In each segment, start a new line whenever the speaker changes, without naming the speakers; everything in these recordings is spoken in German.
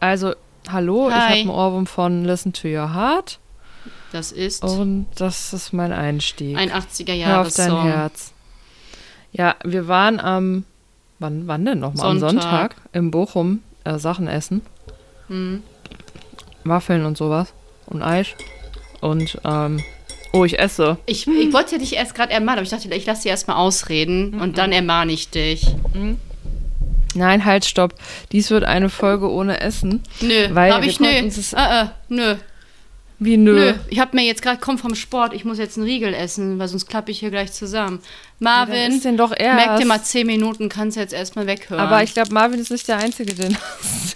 Also, hallo, ich
Hi.
habe einen Ohrwurm von Listen to Your Heart
Das ist
und das ist mein Einstieg.
ein 80er
Oh, Hör auf
Jahres
dein
Song.
Herz. Ja, wir waren am, wann, wann denn nochmal? Am Sonntag
Sonntag.
im Bochum äh, Sachen essen.
Hm.
Waffeln und sowas und Eis. Und, ähm, oh, ich esse.
Ich, ich wollte dich erst gerade ermahnen, aber ich dachte, ich lasse dir erstmal ausreden
Mhm.
und dann ermahne ich dich.
Nein, halt, stopp. Dies wird eine Folge ohne Essen.
Nö,
Weil
hab
wir
ich nö.
konnten es-
Äh, äh, nö,
Wie nö.
nö. Ich hab mir jetzt gerade, komm vom Sport, ich muss jetzt einen Riegel essen, weil sonst klappe ich hier gleich zusammen.
Dann
Marvin,
isst den doch erst.
merk dir mal 10 Minuten, kannst jetzt erstmal weghören.
Aber ich glaube, Marvin ist nicht der Einzige, den.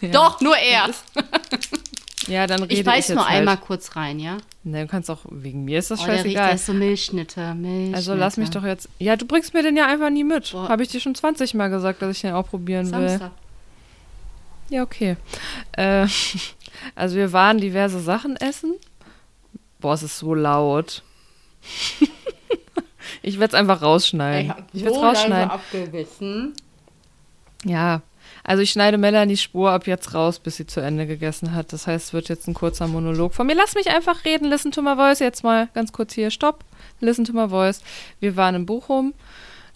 ja.
Doch, nur er.
Ja, dann rede ich
Ich beiß
jetzt
nur
halt.
einmal kurz rein, ja?
Ne, du kannst auch, wegen mir ist das
Oh, der riecht
scheißegal.
erst so Milchschnitte, Milchschnitte.
Also lass mich doch jetzt. Ja, du bringst mir den ja einfach nie mit.
Boah.
Habe ich dir schon 20 Mal gesagt, dass ich den auch probieren will.
Samstag.
Ja, okay. Äh, also wir waren diverse Sachen essen. Boah, es ist so laut. ich werde es einfach rausschneiden. Ich, werde es rausschneiden.
abgewissen.
Ja. Also ich schneide Melanies Spur ab jetzt raus, bis sie zu Ende gegessen hat. Das heißt, es wird jetzt ein kurzer Monolog von mir. Lass mich einfach reden. Listen to my voice. Jetzt mal ganz kurz hier. Stopp. Listen to my voice. Wir waren in Bochum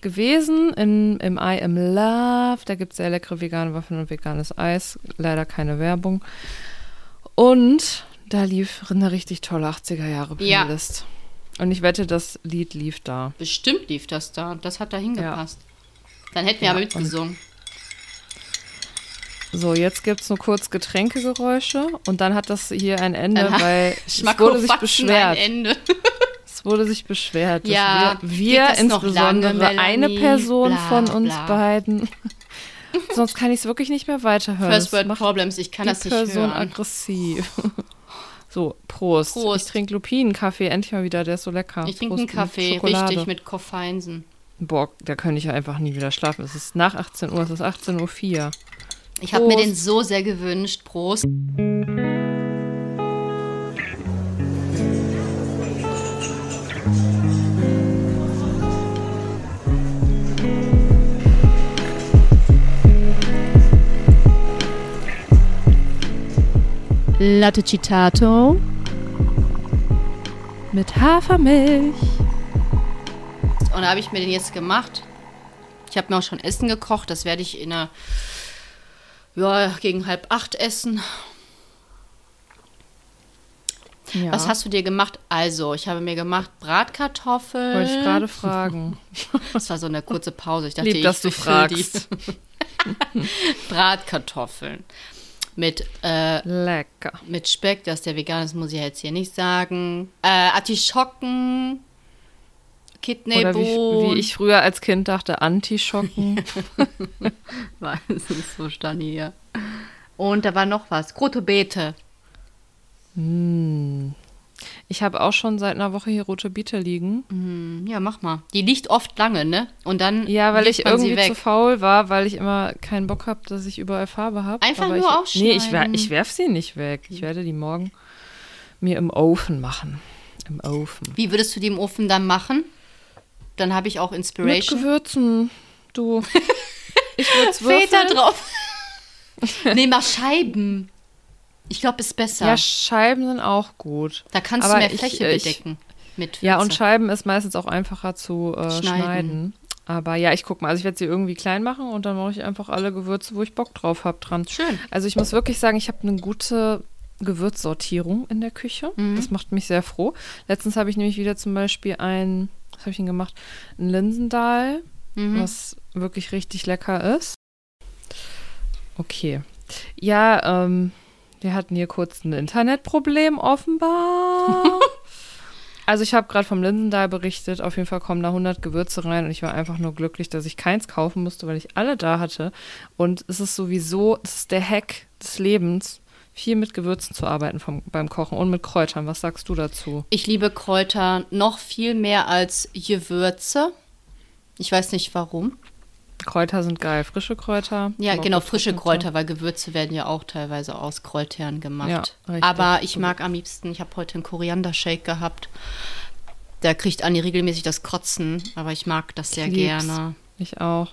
gewesen in, im I Am Love. Da gibt es sehr leckere vegane Waffeln und veganes Eis. Leider keine Werbung. Und da lief eine richtig tolle 80er Jahre
Ja.
Playlist. Und ich wette, das Lied lief da.
Bestimmt lief das da. Das hat da hingepasst. Dann hätten wir aber mitgesungen.
So, jetzt gibt es nur kurz Getränkegeräusche und dann hat das hier ein Ende,
Dann hat
weil es
Schmacko
wurde sich
Fatzen ein
beschwert.
Ende.
Es wurde sich beschwert, dass
Ja,
wir, wir
geht das noch
insbesondere
lange, Melanie?
eine Person
Bla,
von uns
bla.
beiden, sonst kann ich es wirklich nicht mehr weiterhören.
First
Das
World
macht
Problems, ich kann
die
das nicht
Person
hören.
aggressiv. So, Prost.
Prost.
Ich trinke Lupinenkaffee endlich mal wieder, der ist so lecker.
Ich trinke
Prost
einen
mit
Kaffee,
Schokolade.
richtig, mit Koffeinsen.
Boah, da könnte ich ja einfach nie wieder schlafen. Es ist nach 18 Uhr, es ist 18.04 Uhr.
Ich habe mir
Prost.
den so sehr gewünscht. Prost. Latte Citato.
Mit Hafermilch.
Und da habe ich mir den jetzt gemacht. Ich habe mir auch schon Essen gekocht. Das werde ich in einer, ja, gegen halb acht essen.
Ja.
Was hast du dir gemacht? Also, ich habe mir gemacht Bratkartoffeln.
Wollte ich gerade fragen.
Das war so eine kurze Pause. Ich dachte,
Lieb,
ich
dass du
fülle die.
fragst.
Bratkartoffeln mit, äh,
Lecker.
mit Speck, dass der vegan ist, muss ich jetzt hier nicht sagen. Äh, Artischocken,
Oder wie,
Kidneybohnen.
wie ich früher als Kind dachte, Antischocken.
weiß es so stand hier. Und da war noch was. Rote Beete.
Ich habe auch schon seit einer Woche hier rote Biete liegen.
Hm, Ja, mach mal. Die liegt oft lange, ne? Und dann
Ja, weil
wirft
ich
man sie
irgendwie zu faul war, weil ich immer keinen Bock habe, dass ich überall Farbe habe.
Einfach
Aber
nur Mhm.
ich, Nee,
aufschneiden.
ich, wer, ich werf sie nicht weg. Ich werde die morgen mir im Ofen machen. Im Ofen.
Wie würdest du die im Ofen dann machen? Dann habe ich auch
Mit
Inspiration.
Gewürzen. Du. Ich würde es
Feta
würfeln.
drauf. nee, mal Scheiben. Ich glaube, ist besser.
Ja, Scheiben sind auch gut.
da kannst du
aber
mehr
ich- äh,
Fläche
ich-
bedecken. Mit
Ja, und
Pfütze.
Scheiben ist meistens auch einfacher zu äh, schneiden.
Schneiden.
Aber ja, ich guck mal. Also ich werde sie irgendwie klein machen und dann mache ich einfach alle Gewürze, wo ich Bock drauf habe, dran.
Schön.
Also ich muss wirklich sagen, ich habe eine gute Gewürzsortierung in der Küche. Das macht mich sehr froh. Letztens habe ich nämlich wieder zum Beispiel ein, was habe ich denn gemacht? Ein Linsendahl,
Mhm.
was wirklich richtig lecker ist. Okay. Ja, ähm, wir hatten hier kurz ein Internetproblem offenbar. Also ich habe gerade vom Linsendahl berichtet, auf jeden Fall kommen da 100 Gewürze rein und ich war einfach nur glücklich, dass ich keins kaufen musste, weil ich alle da hatte. Und es ist sowieso, es ist der Hack des Lebens, viel mit Gewürzen zu arbeiten vom, beim Kochen und mit Kräutern. Was sagst du dazu?
Ich liebe Kräuter noch viel mehr als Gewürze. Ich weiß nicht warum.
Kräuter sind geil, frische Kräuter.
Ja,
aber auch
genau, frische
getrocknete.
Kräuter, weil Gewürze werden ja auch teilweise aus Kräutern gemacht.
Ja, richtig.
Aber ich mag am liebsten, ich habe heute einen Koriander-Shake gehabt. Da kriegt Anni regelmäßig das Kotzen, aber ich mag das sehr
Ich lieb's.
gerne.
Ich auch.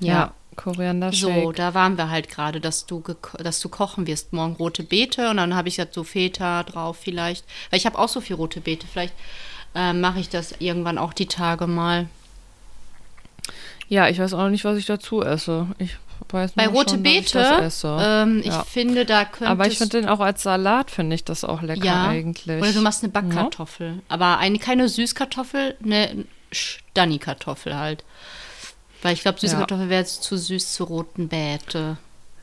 Ja.
Koriander
So, da waren wir halt gerade, dass du geko- dass du kochen wirst morgen rote Beete und dann habe ich gesagt so Feta drauf vielleicht, weil ich habe auch so viel rote Beete. Vielleicht äh, mache ich das irgendwann auch die Tage mal.
Ja, ich weiß auch noch nicht, was ich dazu esse. Ich weiß
Bei
nur
rote
schon, dass ich
Beete,
das
ich,
esse.
ähm,
Ja.
ich finde da könnte
Aber ich finde den auch als Salat, finde ich das auch lecker
ja
eigentlich. Ne?
oder du machst eine Backkartoffel, aber eine keine Süßkartoffel, eine Stanni-Kartoffel halt, weil ich glaube süße
Ja.
Kartoffel wäre jetzt zu süß zu roten Beete.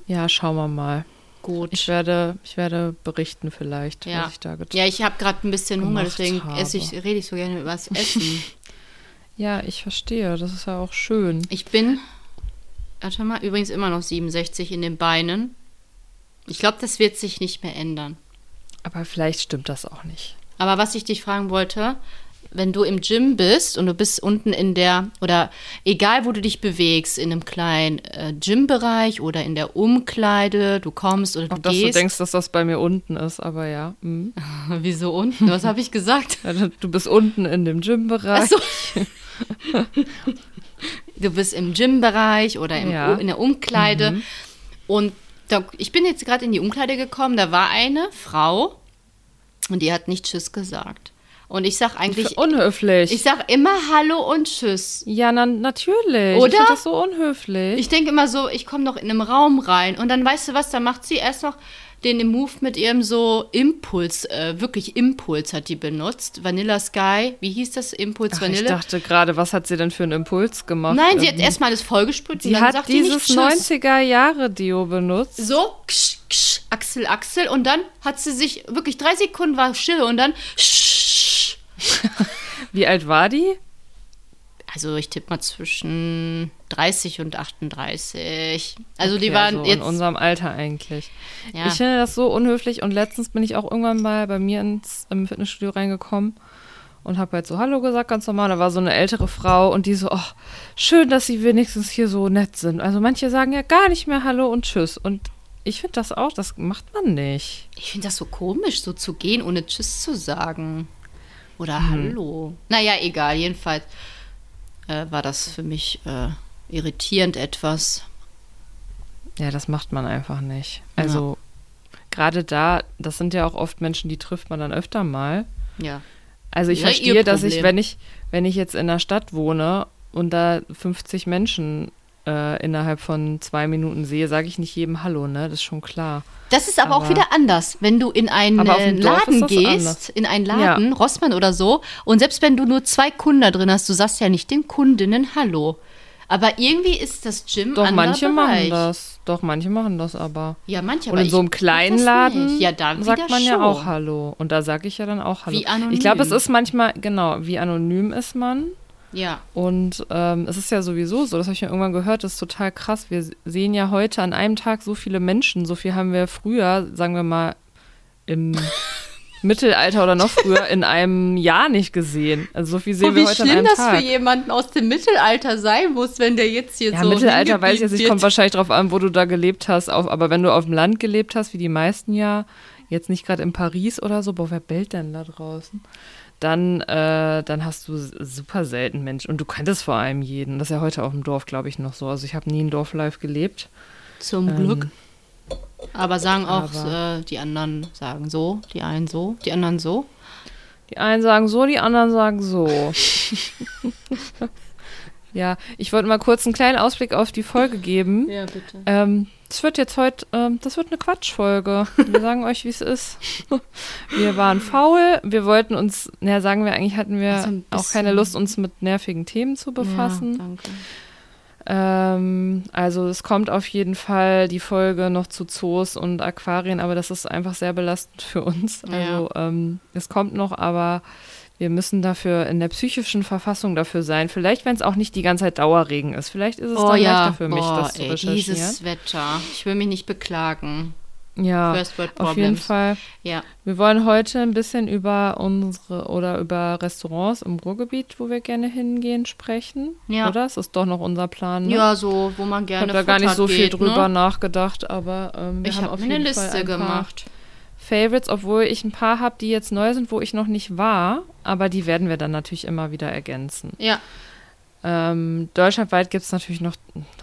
Ja, schauen wir mal.
Gut.
Ich werde, ich werde berichten vielleicht,
Ja,
was ich da getan
ja ich habe gerade ein bisschen Hunger,
gemacht
deswegen
habe.
esse ich, rede ich so gerne über das Essen.
Ja, ich verstehe. Das ist ja auch schön.
ich bin, warte mal, übrigens immer noch 67 in den Beinen. Ich glaube, das wird sich nicht mehr ändern.
Aber vielleicht stimmt das auch nicht.
Aber was ich dich fragen wollte, wenn du im Gym bist und du bist unten in der, oder egal wo du dich bewegst, in einem kleinen äh, Gymbereich oder in der Umkleide, du kommst oder du
Auch dass du
gehst.
denkst, dass das bei mir unten ist, aber ja. Mhm.
Wieso unten? Was habe ich gesagt?
Ja, Du du bist unten in dem Gym-Bereich.
Achso. du bist im Gym-Bereich oder im,
Ja. Mhm.
in der Umkleide. Und da, ich bin jetzt gerade in die Umkleide gekommen, da war eine Frau und die hat nicht Tschüss gesagt. Und ich sag eigentlich,
unhöflich.
ich sag immer Hallo und Tschüss.
ja, na, natürlich.
Oder?
Ich finde das so unhöflich.
Ich denke immer so, ich komme noch in einem Raum rein und dann weißt du was, dann macht sie erst noch den im Move mit ihrem so Impuls, äh, wirklich Impuls hat die benutzt. Vanilla Sky, wie hieß das? Impuls
Ach, ich
Vanille?
dachte gerade, was hat sie denn für einen Impuls gemacht?
Nein, sie hat
Ähm,
erstmal alles vollgesprüht und
sie
dann
hat
sagt die nicht
dieses
Tschüss.
90er-Jahre-Dio benutzt.
so, ksch, ksch, Axel, Axel. Und dann hat sie sich wirklich drei Sekunden war Stille und dann. Sch,
Wie alt war die?
also ich tippe mal zwischen 30 und 38. Also die
Ja,
waren
so in
jetzt.
unserem Alter eigentlich.
Ja.
Ich finde das so unhöflich und letztens bin ich auch irgendwann mal bei mir ins im Fitnessstudio reingekommen und habe halt so Hallo gesagt, ganz normal. Da war so eine ältere Frau und die so, oh, schön, dass sie wenigstens hier so nett sind. Also manche sagen ja gar nicht mehr Hallo und Tschüss. Und ich finde das auch, das macht man nicht.
ich finde das so komisch, so zu gehen, ohne Tschüss zu sagen. Oder
Mhm.
Hallo. Naja, egal. Jedenfalls äh, war das für mich äh, irritierend etwas.
Ja, das macht man einfach nicht. Also gerade da, das sind ja auch oft Menschen, die trifft man dann öfter mal.
Ja.
Also ich
Ja, ihr
verstehe, dass ich,
Problem.
wenn ich, wenn ich jetzt in der Stadt wohne und da 50 Menschen äh, innerhalb von zwei Minuten sehe, sage ich nicht jedem Hallo, ne? Das ist schon klar.
Das ist aber, auch
Aber-
wieder anders, wenn du in einen
Aber auf
äh,
dem Dorf ist
Laden
das
gehst,
anders.
in einen Laden, Rossmann oder so, und selbst wenn du nur zwei Kunden da drin hast, du sagst ja nicht den Kundinnen Hallo. Aber irgendwie ist das Gym
Doch,
anderer
manche
Bereich.
machen das. Doch, manche machen das aber.
Ja, manche,
und
aber
in so
ich
einem
mach
kleinen
das
Laden
nicht. ja, dann
sagt
wieder
man ja
schon.
auch Hallo. Und da sage ich ja dann auch Hallo.
Wie anonym.
Ich glaube, es ist manchmal, genau, wie anonym ist man.
Ja,
Und ähm, es ist ja sowieso so, das habe ich ja irgendwann gehört, das ist total krass. Wir sehen ja heute an einem Tag so viele Menschen, so viel haben wir früher, sagen wir mal, im Mittelalter oder noch früher, in einem Jahr nicht gesehen. Also so viel sehen
Und
wir
Oh, wie
heute an
schlimm
einem
das
Tag.
für jemanden aus dem Mittelalter sein muss, wenn der jetzt hier
ja,
so
Mittelalter weiß ich jetzt nicht,
hingebeamt
kommt wahrscheinlich drauf an, wo du da gelebt hast. Auf, aber wenn du auf dem Land gelebt hast, wie die meisten ja, jetzt nicht gerade in Paris oder so, boah, wer bellt denn da draußen? Dann, äh, dann hast du s- super selten Menschen. Und du kanntest vor allem jeden. Das ist ja heute auch im Dorf, glaube ich, noch so. Also ich habe nie in Dorf live gelebt.
wird. Zum Glück. Aber sagen auch
Ähm. aber-
äh, die anderen sagen so, die einen so, die anderen so.
Die einen sagen so, die anderen sagen so. ja, ich wollte mal kurz einen kleinen Ausblick auf die Folge geben.
Ja, bitte.
Ähm, das wird jetzt heute, ähm, das wird eine Quatschfolge. Wir sagen euch, wie es ist. Wir waren faul. Wir wollten uns, naja, sagen wir eigentlich, hatten wir
Also ein
auch keine
bisschen.
Lust, uns mit nervigen Themen zu befassen.
Ja, danke.
Ähm, also es kommt auf jeden Fall die Folge noch zu Zoos und Aquarien, aber das ist einfach sehr belastend für uns.
Ja.
Also ähm, es kommt noch, aber wir müssen dafür in der psychischen Verfassung dafür sein. Vielleicht, wenn es auch nicht die ganze Zeit Dauerregen ist. Vielleicht ist es
Oh
dann
ja,
leichter für mich,
Boah,
das zu
ey,
recherchieren.
dieses Wetter. Ich will mich nicht beklagen.
ja,
First World
Ah, auf jeden
Problems.
Fall.
Ja,
Wir wollen heute ein bisschen über unsere oder über Restaurants im Ruhrgebiet, wo wir gerne hingehen, sprechen.
Ja.
Oder? Es ist doch noch unser Plan. Ne?
ja, so, wo man
ich
gerne.
habe da gar nicht
futtert
so viel
geht,
drüber
Ne?
nachgedacht, aber ähm, wir
Ich
haben
habe
auf
mir eine
jeden Fall
Liste
ein paar
gemacht.
Favorites, obwohl ich ein paar habe, die jetzt neu sind, wo ich noch nicht war, aber die werden wir dann natürlich immer wieder ergänzen.
Ja,
Ähm, deutschlandweit gibt es natürlich noch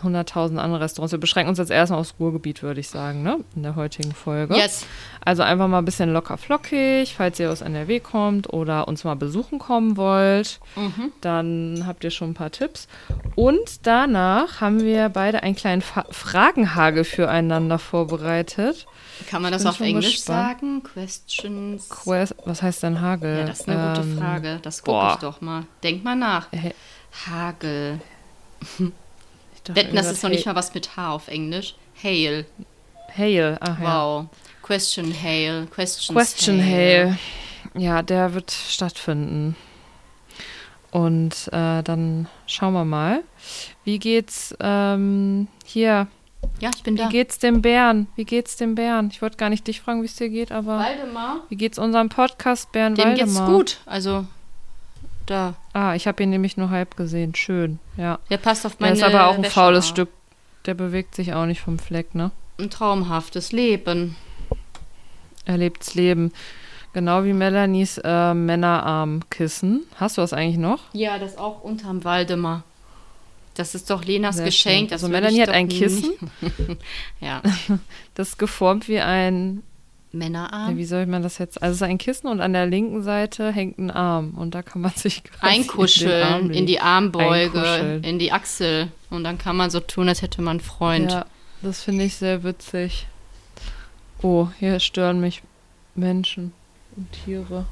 100.000 andere Restaurants. Wir beschränken uns jetzt erstmal aufs Ruhrgebiet, würde ich sagen, ne? in der heutigen Folge.
Yes.
Also einfach mal ein bisschen locker flockig, falls ihr aus NRW kommt oder uns mal besuchen kommen wollt.
Mhm.
Dann habt ihr schon ein paar Tipps. Und danach haben wir beide einen kleinen Fa Fragenhagel füreinander vorbereitet.
Kann man das
bin
auf
schon
Englisch
gespannt.
sagen? Questions.
Quest, was heißt denn Hagel?
Ja, das ist eine
Ähm,
gute Frage. Das gucke
boah. Äh,
ich doch mal. Denk mal nach.
Hey.
Hagel.
ich dachte
Wetten, das
irgendwas
ist noch nicht
Hail.
mal was mit H auf Englisch. Hail.
Hail, ach Ah, ja.
Wow. Question Hail. Questions
Question Hail. Ja, der wird stattfinden. Und äh, dann schauen wir mal. Wie geht's ähm, hier?
Ja, ich bin
Wie
da.
geht's dem Bären? Wie geht's dem Bären? Ich wollte gar nicht dich fragen, wie es dir geht, aber
Waldemar?
wie geht's unserem Podcast Bären
Dem geht's
Waldemar?
gut. Also, da.
Ah, ich habe ihn nämlich nur halb gesehen. Schön, ja.
Der passt auf
Der
meine
ist aber auch ein
Wäsche
faules
auf.
Stück. Der bewegt sich auch nicht vom Fleck, ne?
Ein traumhaftes Leben.
Er lebt's Leben. Genau wie Melanies äh, Männerarmkissen. Hast du das eigentlich noch?
Ja, das auch unterm Waldemar. Das ist doch Lenas
Sehr schön.
Geschenk. Das
Also
will
Melanie
ich
hat
doch
ein Kissen.
nicht- ja.
Das ist geformt wie ein, ja,
Männerarm.
wie soll man das jetzt? Also es ist ein Kissen und an der linken Seite hängt ein Arm und da kann man sich quasi in den Arm
Einkuscheln,
legen.
in die Armbeuge,
Einkuscheln.
in die Achsel. Und dann kann man so tun, als hätte man einen Freund.
Ja, das finde ich sehr witzig. Oh, hier stören mich Menschen und Tiere.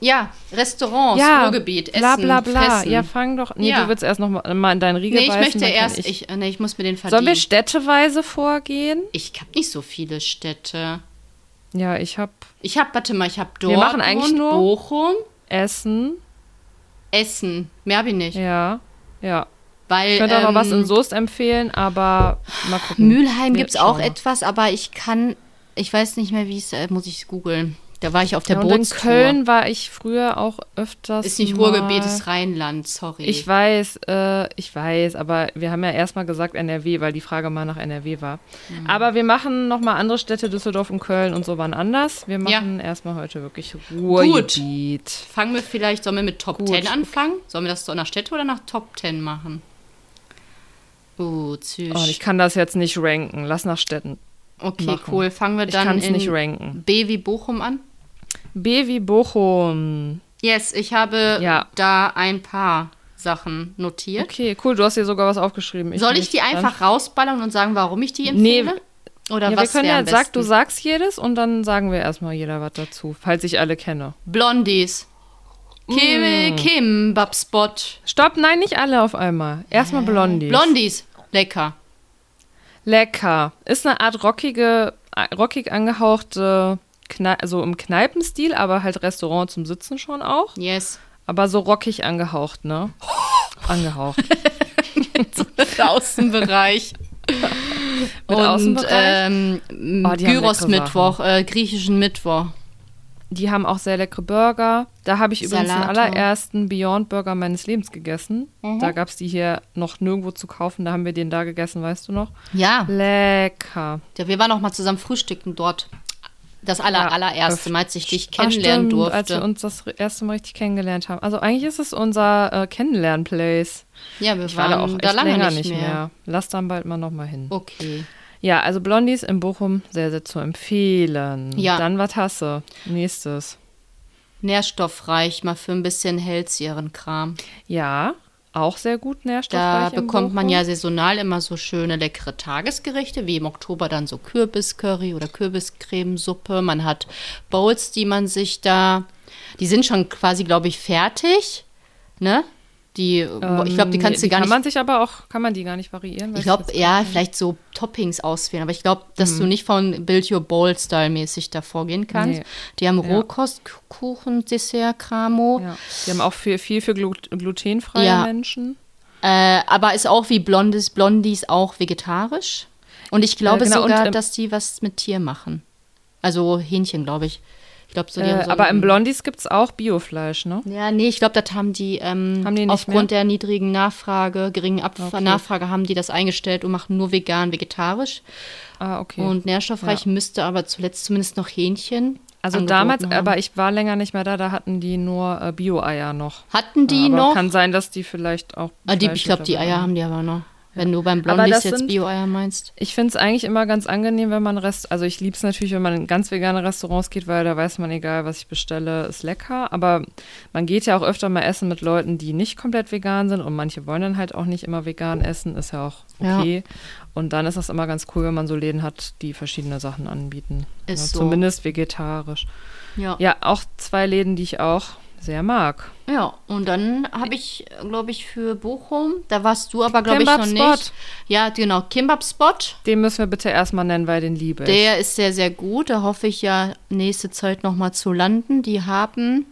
Ja, Restaurants,
Ja,
Ruhrgebiet, Essen,
bla bla bla.
Fressen.
Ja, fang doch. Nee,
Ja.
du willst erst noch mal, mal in deinen Riegel
nee, ich
beißen,
möchte
dann kann
erst,
Ich,
ich, äh, nee, ich muss mir den
Sollen
verdienen.
wir städteweise vorgehen?
ich habe nicht so viele Städte.
Ja, ich habe
Ich habe, warte mal, ich habe
Wir
Dortmund,
machen eigentlich nur-
Bochum,
Essen.
Essen. Mehr habe ich nicht.
Ja, ja.
Weil,
Ich könnte auch
ähm,
noch was in Soest empfehlen, aber mal gucken.
Mülheim
Wir
gibt es auch
schauen mal.
etwas, aber ich kann, ich weiß nicht mehr, wie es, äh, muss ich googeln. Da war ich auf der
Ja,
ja,
und in Köln war ich früher auch öfters.
Ist nicht
mal.
Ruhrgebiet, ist Rheinland, sorry.
Ich weiß, äh, ich weiß, aber wir haben ja erstmal gesagt NRW, weil die Frage mal nach NRW war.
Hm.
Aber wir machen nochmal andere Städte, Düsseldorf und Köln und so waren anders. Wir machen erstmal heute wirklich Ruhrgebiet.
Fangen wir vielleicht, sollen wir mit Top
Gut,
10 anfangen? Sollen wir das so nach Städte oder nach Top 10 machen? Oh, Züsch.
Oh, und ich kann das jetzt nicht ranken. Lass nach Städten.
okay,
machen.
cool. Fangen wir
Ich
dann
kann es
in
nicht ranken.
B wie Bochum an?
B wie Bochum.
Yes, ich habe
Ja.
da ein paar Sachen notiert.
Okay, cool. Du hast dir sogar was aufgeschrieben.
Soll ich
nicht.
die
Dann-
einfach rausballern und sagen, warum ich die
Nee,
empfehle? Oder
Ja, wir
was
können
wär
ja,
am
sag, du
besten?
sagst jedes und dann sagen wir erstmal jeder was dazu, falls ich alle kenne.
Blondies. Kim,
Mm.
Kim, Babspot.
Stopp, nein, nicht alle auf einmal. Erstmal Blondie.
Blondies. Lecker.
Lecker. Ist eine Art rockige, äh, rockig angehauchte, Kne also im Kneipenstil, aber halt Restaurant zum Sitzen schon auch.
Yes.
Aber so rockig angehaucht, ne? Angehaucht.
Außenbereich.
Mit
und
Außenbereich?
ähm,
Oh, die haben leckere
Gyros-Mittwoch, äh, griechischen Mittwoch.
Die haben auch sehr leckere Burger. Da habe ich übrigens den
Salate. Mhm.
allerersten Beyond Burger meines Lebens gegessen. Da gab es die hier noch nirgendwo zu kaufen. Da haben wir den da gegessen, weißt du noch?
Ja.
Lecker.
ja, wir waren auch mal zusammen frühstücken dort. Das aller,
Ja,
allererste
öf-
Mal, als ich dich
Ach,
kennenlernen
stimmt, Als wir
durfte.
uns das erste Mal richtig kennengelernt haben. Also eigentlich ist es unser äh, Kennenlern-Place.
ja, wir
Ich war
waren
da auch echt
da lange
länger
nicht mehr. Oh.
Lass dann bald mal nochmal hin.
Okay.
Ja, also Blondies in Bochum sehr, sehr zu empfehlen.
Ja.
Dann was hast du? Nächstes.
Nährstoffreich, mal für ein bisschen healthieren Kram.
Ja, auch sehr gut
Da
nährstoffreich in
bekommt man
Bochum.
ja saisonal immer so schöne, leckere Tagesgerichte, wie im Oktober dann so Kürbiscurry oder Kürbiscremesuppe. Man hat Bowls, die man sich da, die sind schon quasi, glaube ich, fertig. Ne? Die, ich glaube, die
Ähm,
kannst du gar
kann
nicht.
man sich aber auch, kann man die gar nicht variieren? Weiß
ich glaube,
jetzt gar
ja,
nicht.
vielleicht so Toppings auswählen, aber ich glaube, dass du nicht von Build Your Bowl Style mäßig da vorgehen kannst.
Nee.
Die haben
Ja.
Rohkostkuchen, Dessert, Kramo.
Ja. Die haben auch viel, viel für glu glutenfreie
Ja.
Menschen.
Äh, aber ist auch wie Blondes, Blondies auch vegetarisch. Und ich glaube
genau, und,
sogar,
ähm,
dass die was mit Tier machen. Also Hähnchen, glaube ich. Ich glaube, so Also die haben
Äh,
so
aber
ein-
im Blondies gibt es auch Biofleisch, ne?
Ja, nee, ich glaube, das haben die, ähm,
Haben die nicht
aufgrund der niedrigen Nachfrage, geringen Abf
Okay.
Nachfrage haben die das eingestellt und machen nur vegan, vegetarisch.
Ah, okay.
Und nährstoffreich müsste aber zuletzt zumindest noch Hähnchen
Also
angeboten
damals,
haben.
aber ich war länger nicht mehr da, da hatten die nur äh, Bio-Eier noch.
Hatten die
aber
noch?
Kann sein, dass die vielleicht auch.
ah, die,
Fleisch
ich glaube, die
dabei
Eier haben die aber noch. Wenn du beim Blondies
das
jetzt
sind-
Bio-Eier meinst.
Ich finde es eigentlich immer ganz angenehm, wenn man Rest, also ich liebe es natürlich, wenn man in ganz vegane Restaurants geht, weil da weiß man, egal was ich bestelle, ist lecker. Aber man geht ja auch öfter mal essen mit Leuten, die nicht komplett vegan sind und manche wollen dann halt auch nicht immer vegan essen, ist ja auch
Ja.
okay. Und dann ist das immer ganz cool, wenn man so Läden hat, die verschiedene Sachen anbieten.
Ist
Ja,
so.
Zumindest vegetarisch.
Ja.
Ja, auch zwei Läden, die ich auch sehr mag.
Ja, und dann habe ich, glaube ich, für Bochum, da warst du aber, glaube ich, noch
Kimbap
nicht.
Spot.
Ja, genau, Kimbab Spot,
Den müssen wir bitte erstmal nennen, weil den liebe ich.
der ist sehr, sehr gut. Da hoffe ich ja, nächste Zeit nochmal zu landen. Die haben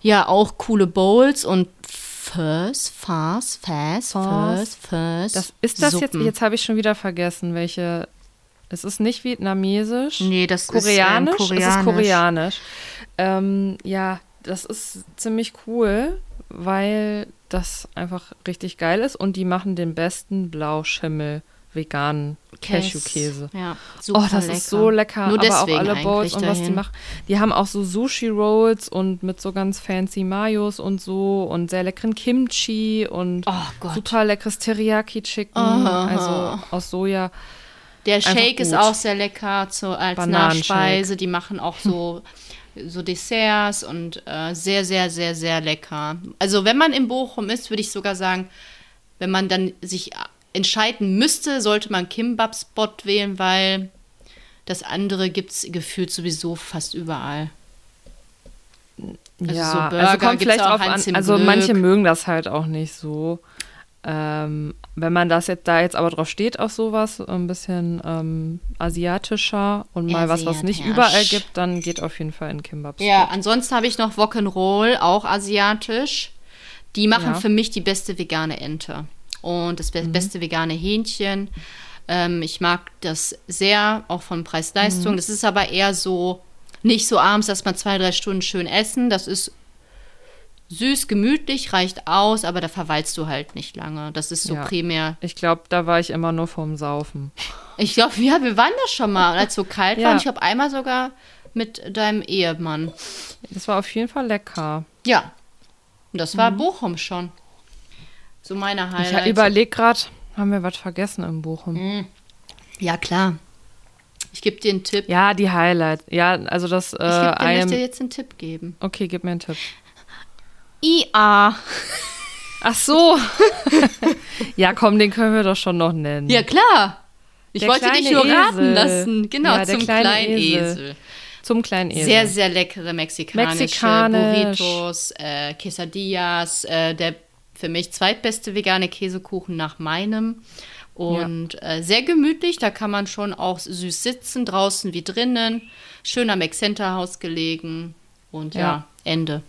ja auch coole Bowls und First, Fast, Fast, First, First.
Das, ist das jetzt,
Suppen.
jetzt habe ich schon wieder vergessen, welche. Es ist nicht vietnamesisch.
Nee, das ist, ähm,
koreanisch. Es ist
koreanisch.
koreanisch. Ähm, ja, das ist ziemlich cool, weil das einfach richtig geil ist und die machen den besten Blauschimmel veganen
Käse.
Cashewkäse.
Ja,
Oh,
super
das
lecker.
ist so lecker.
Nur
aber auch
deswegen
alle
eigentlich
Bowls und was die
dahin.
machen. Die haben auch so Sushi-Rolls und mit so ganz fancy Mayos und so und sehr leckeren Kimchi und
Oh Gott.
super leckeres Teriyaki-Chicken,
Aha.
also aus Soja.
Der
Einfach
Shake ist
gut.
auch sehr lecker zu, als
Bananenshake.
Nachspeise. Die machen auch so, so Desserts und äh, sehr, sehr, sehr, sehr lecker. Also wenn man in Bochum ist, würde ich sogar sagen, wenn man dann sich entscheiden müsste, sollte man Kimbab-Spot wählen, weil das andere gibt es gefühlt sowieso fast überall. Also so
ja,
Burger
also kommt
gibt's
vielleicht
auch
drauf
Hans
an.
im
Also
Glück.
manche mögen das halt auch nicht so. Ähm, wenn man das jetzt da jetzt aber drauf steht auf sowas, ein bisschen ähm, asiatischer und mal was, was nicht
Asiatisch.
überall gibt, dann geht auf jeden Fall in Kimbab.
Ja, ansonsten habe ich noch Wok'n'Roll, auch asiatisch. Die machen
Ja. Mhm.
für mich die beste vegane Ente und das be beste vegane Hähnchen. Ähm, ich mag das sehr, auch von
Mhm.
Preis-Leistung. Das ist aber eher so, nicht so abends, dass man zwei, drei Stunden schön essen. Das ist süß, gemütlich, reicht aus, aber da verweilst du halt nicht lange. Das ist so
Ja.
primär.
Ich glaube, da war ich immer nur vom Saufen.
Ich glaube, ja, wir waren das schon mal, als es so kalt
Ja.
war. Und ich glaube, einmal sogar mit deinem Ehemann.
Das war auf jeden Fall lecker.
Ja. Und das
Mhm.
war Bochum schon. So meine
Ich
Highlights.
überlege gerade, haben wir was vergessen in Bochum?
Mhm. ja, klar. Ich gebe dir einen Tipp.
Ja, die Highlights. Ja, also das äh,
ich geb dir, möchte
einem.
jetzt einen Tipp geben.
Okay, gib mir einen Tipp.
IA.
Ach so. ja, komm, den können wir doch schon noch nennen.
Ja, klar. Ich
Der
wollte dich
kleine
nur raten
Esel.
lassen. Genau,
Ja, der
zum
kleine
kleinen Esel.
Esel. Zum kleinen Esel.
Sehr, sehr leckere mexikanische
Mexikanisch.
Burritos, äh, Quesadillas, äh, der für mich zweitbeste vegane Käsekuchen nach meinem. Und äh, sehr gemütlich, da kann man schon auch süß sitzen, draußen wie drinnen. Schön am Excenterhaus gelegen. Und ja,
Ja.
Ende.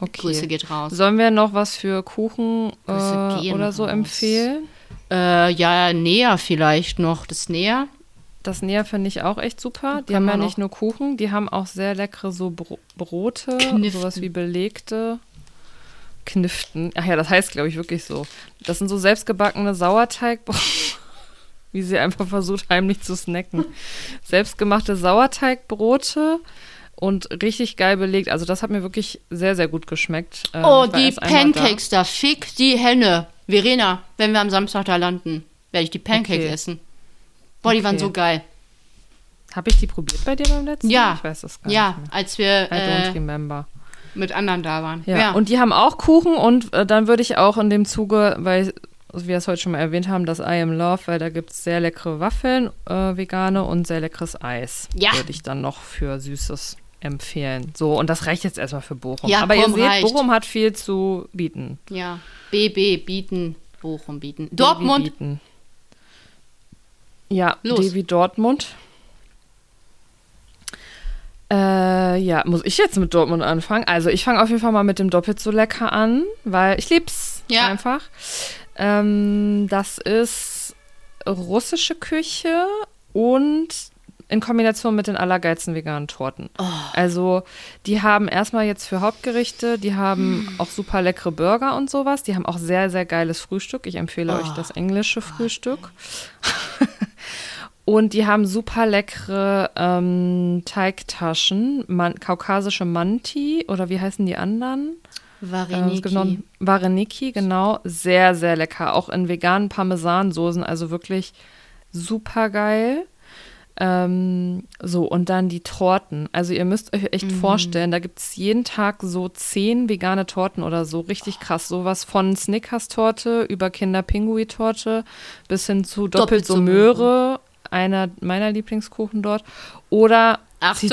okay.
Grüße geht raus.
Sollen wir noch was für Kuchen
Grüße
äh,
gehen
oder so
raus.
empfehlen?
Äh, ja, näher vielleicht noch, das näher.
Das Näher finde ich auch echt super. Die
Kann
haben ja
man auch-
nicht nur Kuchen, die haben auch sehr leckere so Bro Brote,
Kniften.
sowas wie belegte Kniften. Ach ja, das heißt, glaube ich, wirklich so. Das sind so selbstgebackene Sauerteig. wie sie einfach versucht, heimlich zu snacken. Selbstgemachte Sauerteigbrote und richtig geil belegt. Also das hat mir wirklich sehr, sehr gut geschmeckt. Ähm,
Oh,
ich war
die
erst einmal da.
Pancakes da. Fick die Henne. Verena, wenn wir am Samstag da landen, werde ich die Pancakes
Okay.
essen. Boah, die waren
Okay.
so geil.
Habe ich die probiert bei dir beim letzten
Ja.
Mal? Ich weiß das gar
Ja,
nicht
als wir
mehr. I don't
äh,
remember.
mit anderen da waren.
Ja. und die haben auch Kuchen und äh, dann würde ich auch in dem Zuge, weil also wir es heute schon mal erwähnt haben, das I Am Love, weil da gibt es sehr leckere Waffeln, äh, vegane und sehr leckeres Eis.
Ja.
Würde ich dann noch für Süßes empfehlen. So, und das reicht jetzt erstmal für Bochum.
Ja,
Aber
Bochum
ihr seht,
reicht.
Bochum hat viel zu bieten.
ja. BB bieten, Bochum bieten. Dortmund.
Devi bieten. Ja,
Los.
Devi Dortmund. Äh, ja, muss ich jetzt mit Dortmund anfangen? Also ich fange auf jeden Fall mal mit dem Doppelt so lecker an, weil ich lieb's
Ja.
einfach. Ähm, das ist russische Küche und in Kombination mit den allergeilsten veganen Torten. Also die haben erstmal jetzt für Hauptgerichte, die haben auch super leckere Burger und sowas. Die haben auch sehr, sehr geiles Frühstück. Ich empfehle euch das englische Frühstück. Und die haben super leckere ähm, Teigtaschen, man, kaukasische Manti oder wie heißen die anderen? Ähm, es gibt noch
Vareniki.
ein Vareniki, genau. Sehr, sehr lecker. Auch in veganen Parmesansoßen, also wirklich super geil. Ähm, so, und dann die Torten. Also ihr müsst euch echt
Mhm.
vorstellen, da gibt es jeden Tag so zehn vegane Torten oder so. Richtig krass. Sowas von Snickers-Torte über Kinder-Pinguit-Torte bis hin zu doppelt,
Doppelt
so
so
Möhre. Einer meiner Lieblingskuchen dort. Oder
Achtung.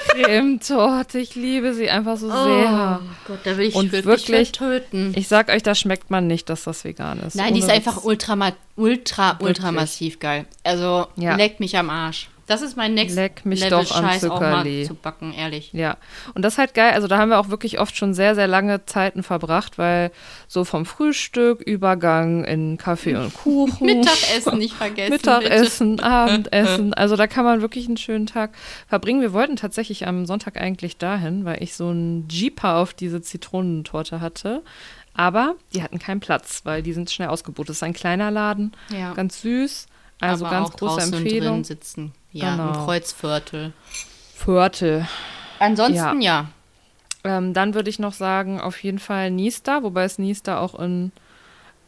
Zitronencremetorte. Ich liebe sie einfach so sehr.
Oh Gott, da will ich
Und
wirklich,
wirklich-
für töten.
Ich sag euch, da schmeckt man nicht, dass das vegan ist.
Nein, die ist
Ohne
einfach
Witz.
ultra, ma- ultra, ultra
Wirklich.
massiv geil. Also
Ja.
leckt mich am Arsch. Das ist mein Next
Leck mich
Level
doch am
Scheiß auch mal
Zuckerli.
zu backen, ehrlich.
Ja, und das ist halt geil. Also da haben wir auch wirklich oft schon sehr, sehr lange Zeiten verbracht, weil so vom Frühstück, Übergang in Kaffee und Kuchen.
Mittagessen nicht vergessen.
Uh. Mittagessen, Abendessen. Also da kann man wirklich einen schönen Tag verbringen. Wir wollten tatsächlich am Sonntag eigentlich dahin, weil ich so einen Jeeper auf diese Zitronentorte hatte. Aber die hatten keinen Platz, weil die sind schnell ausgebucht. Das ist ein kleiner Laden,
Bitte. Ja.
ganz süß. Also
Aber
ganz
auch
große
draußen
Empfehlung.
drin sitzen. Ja,
Genau.
im Kreuzviertel.
Viertel.
Ansonsten ja.
Ähm, dann würde ich noch sagen, auf jeden Fall Niester, wobei es Niester auch in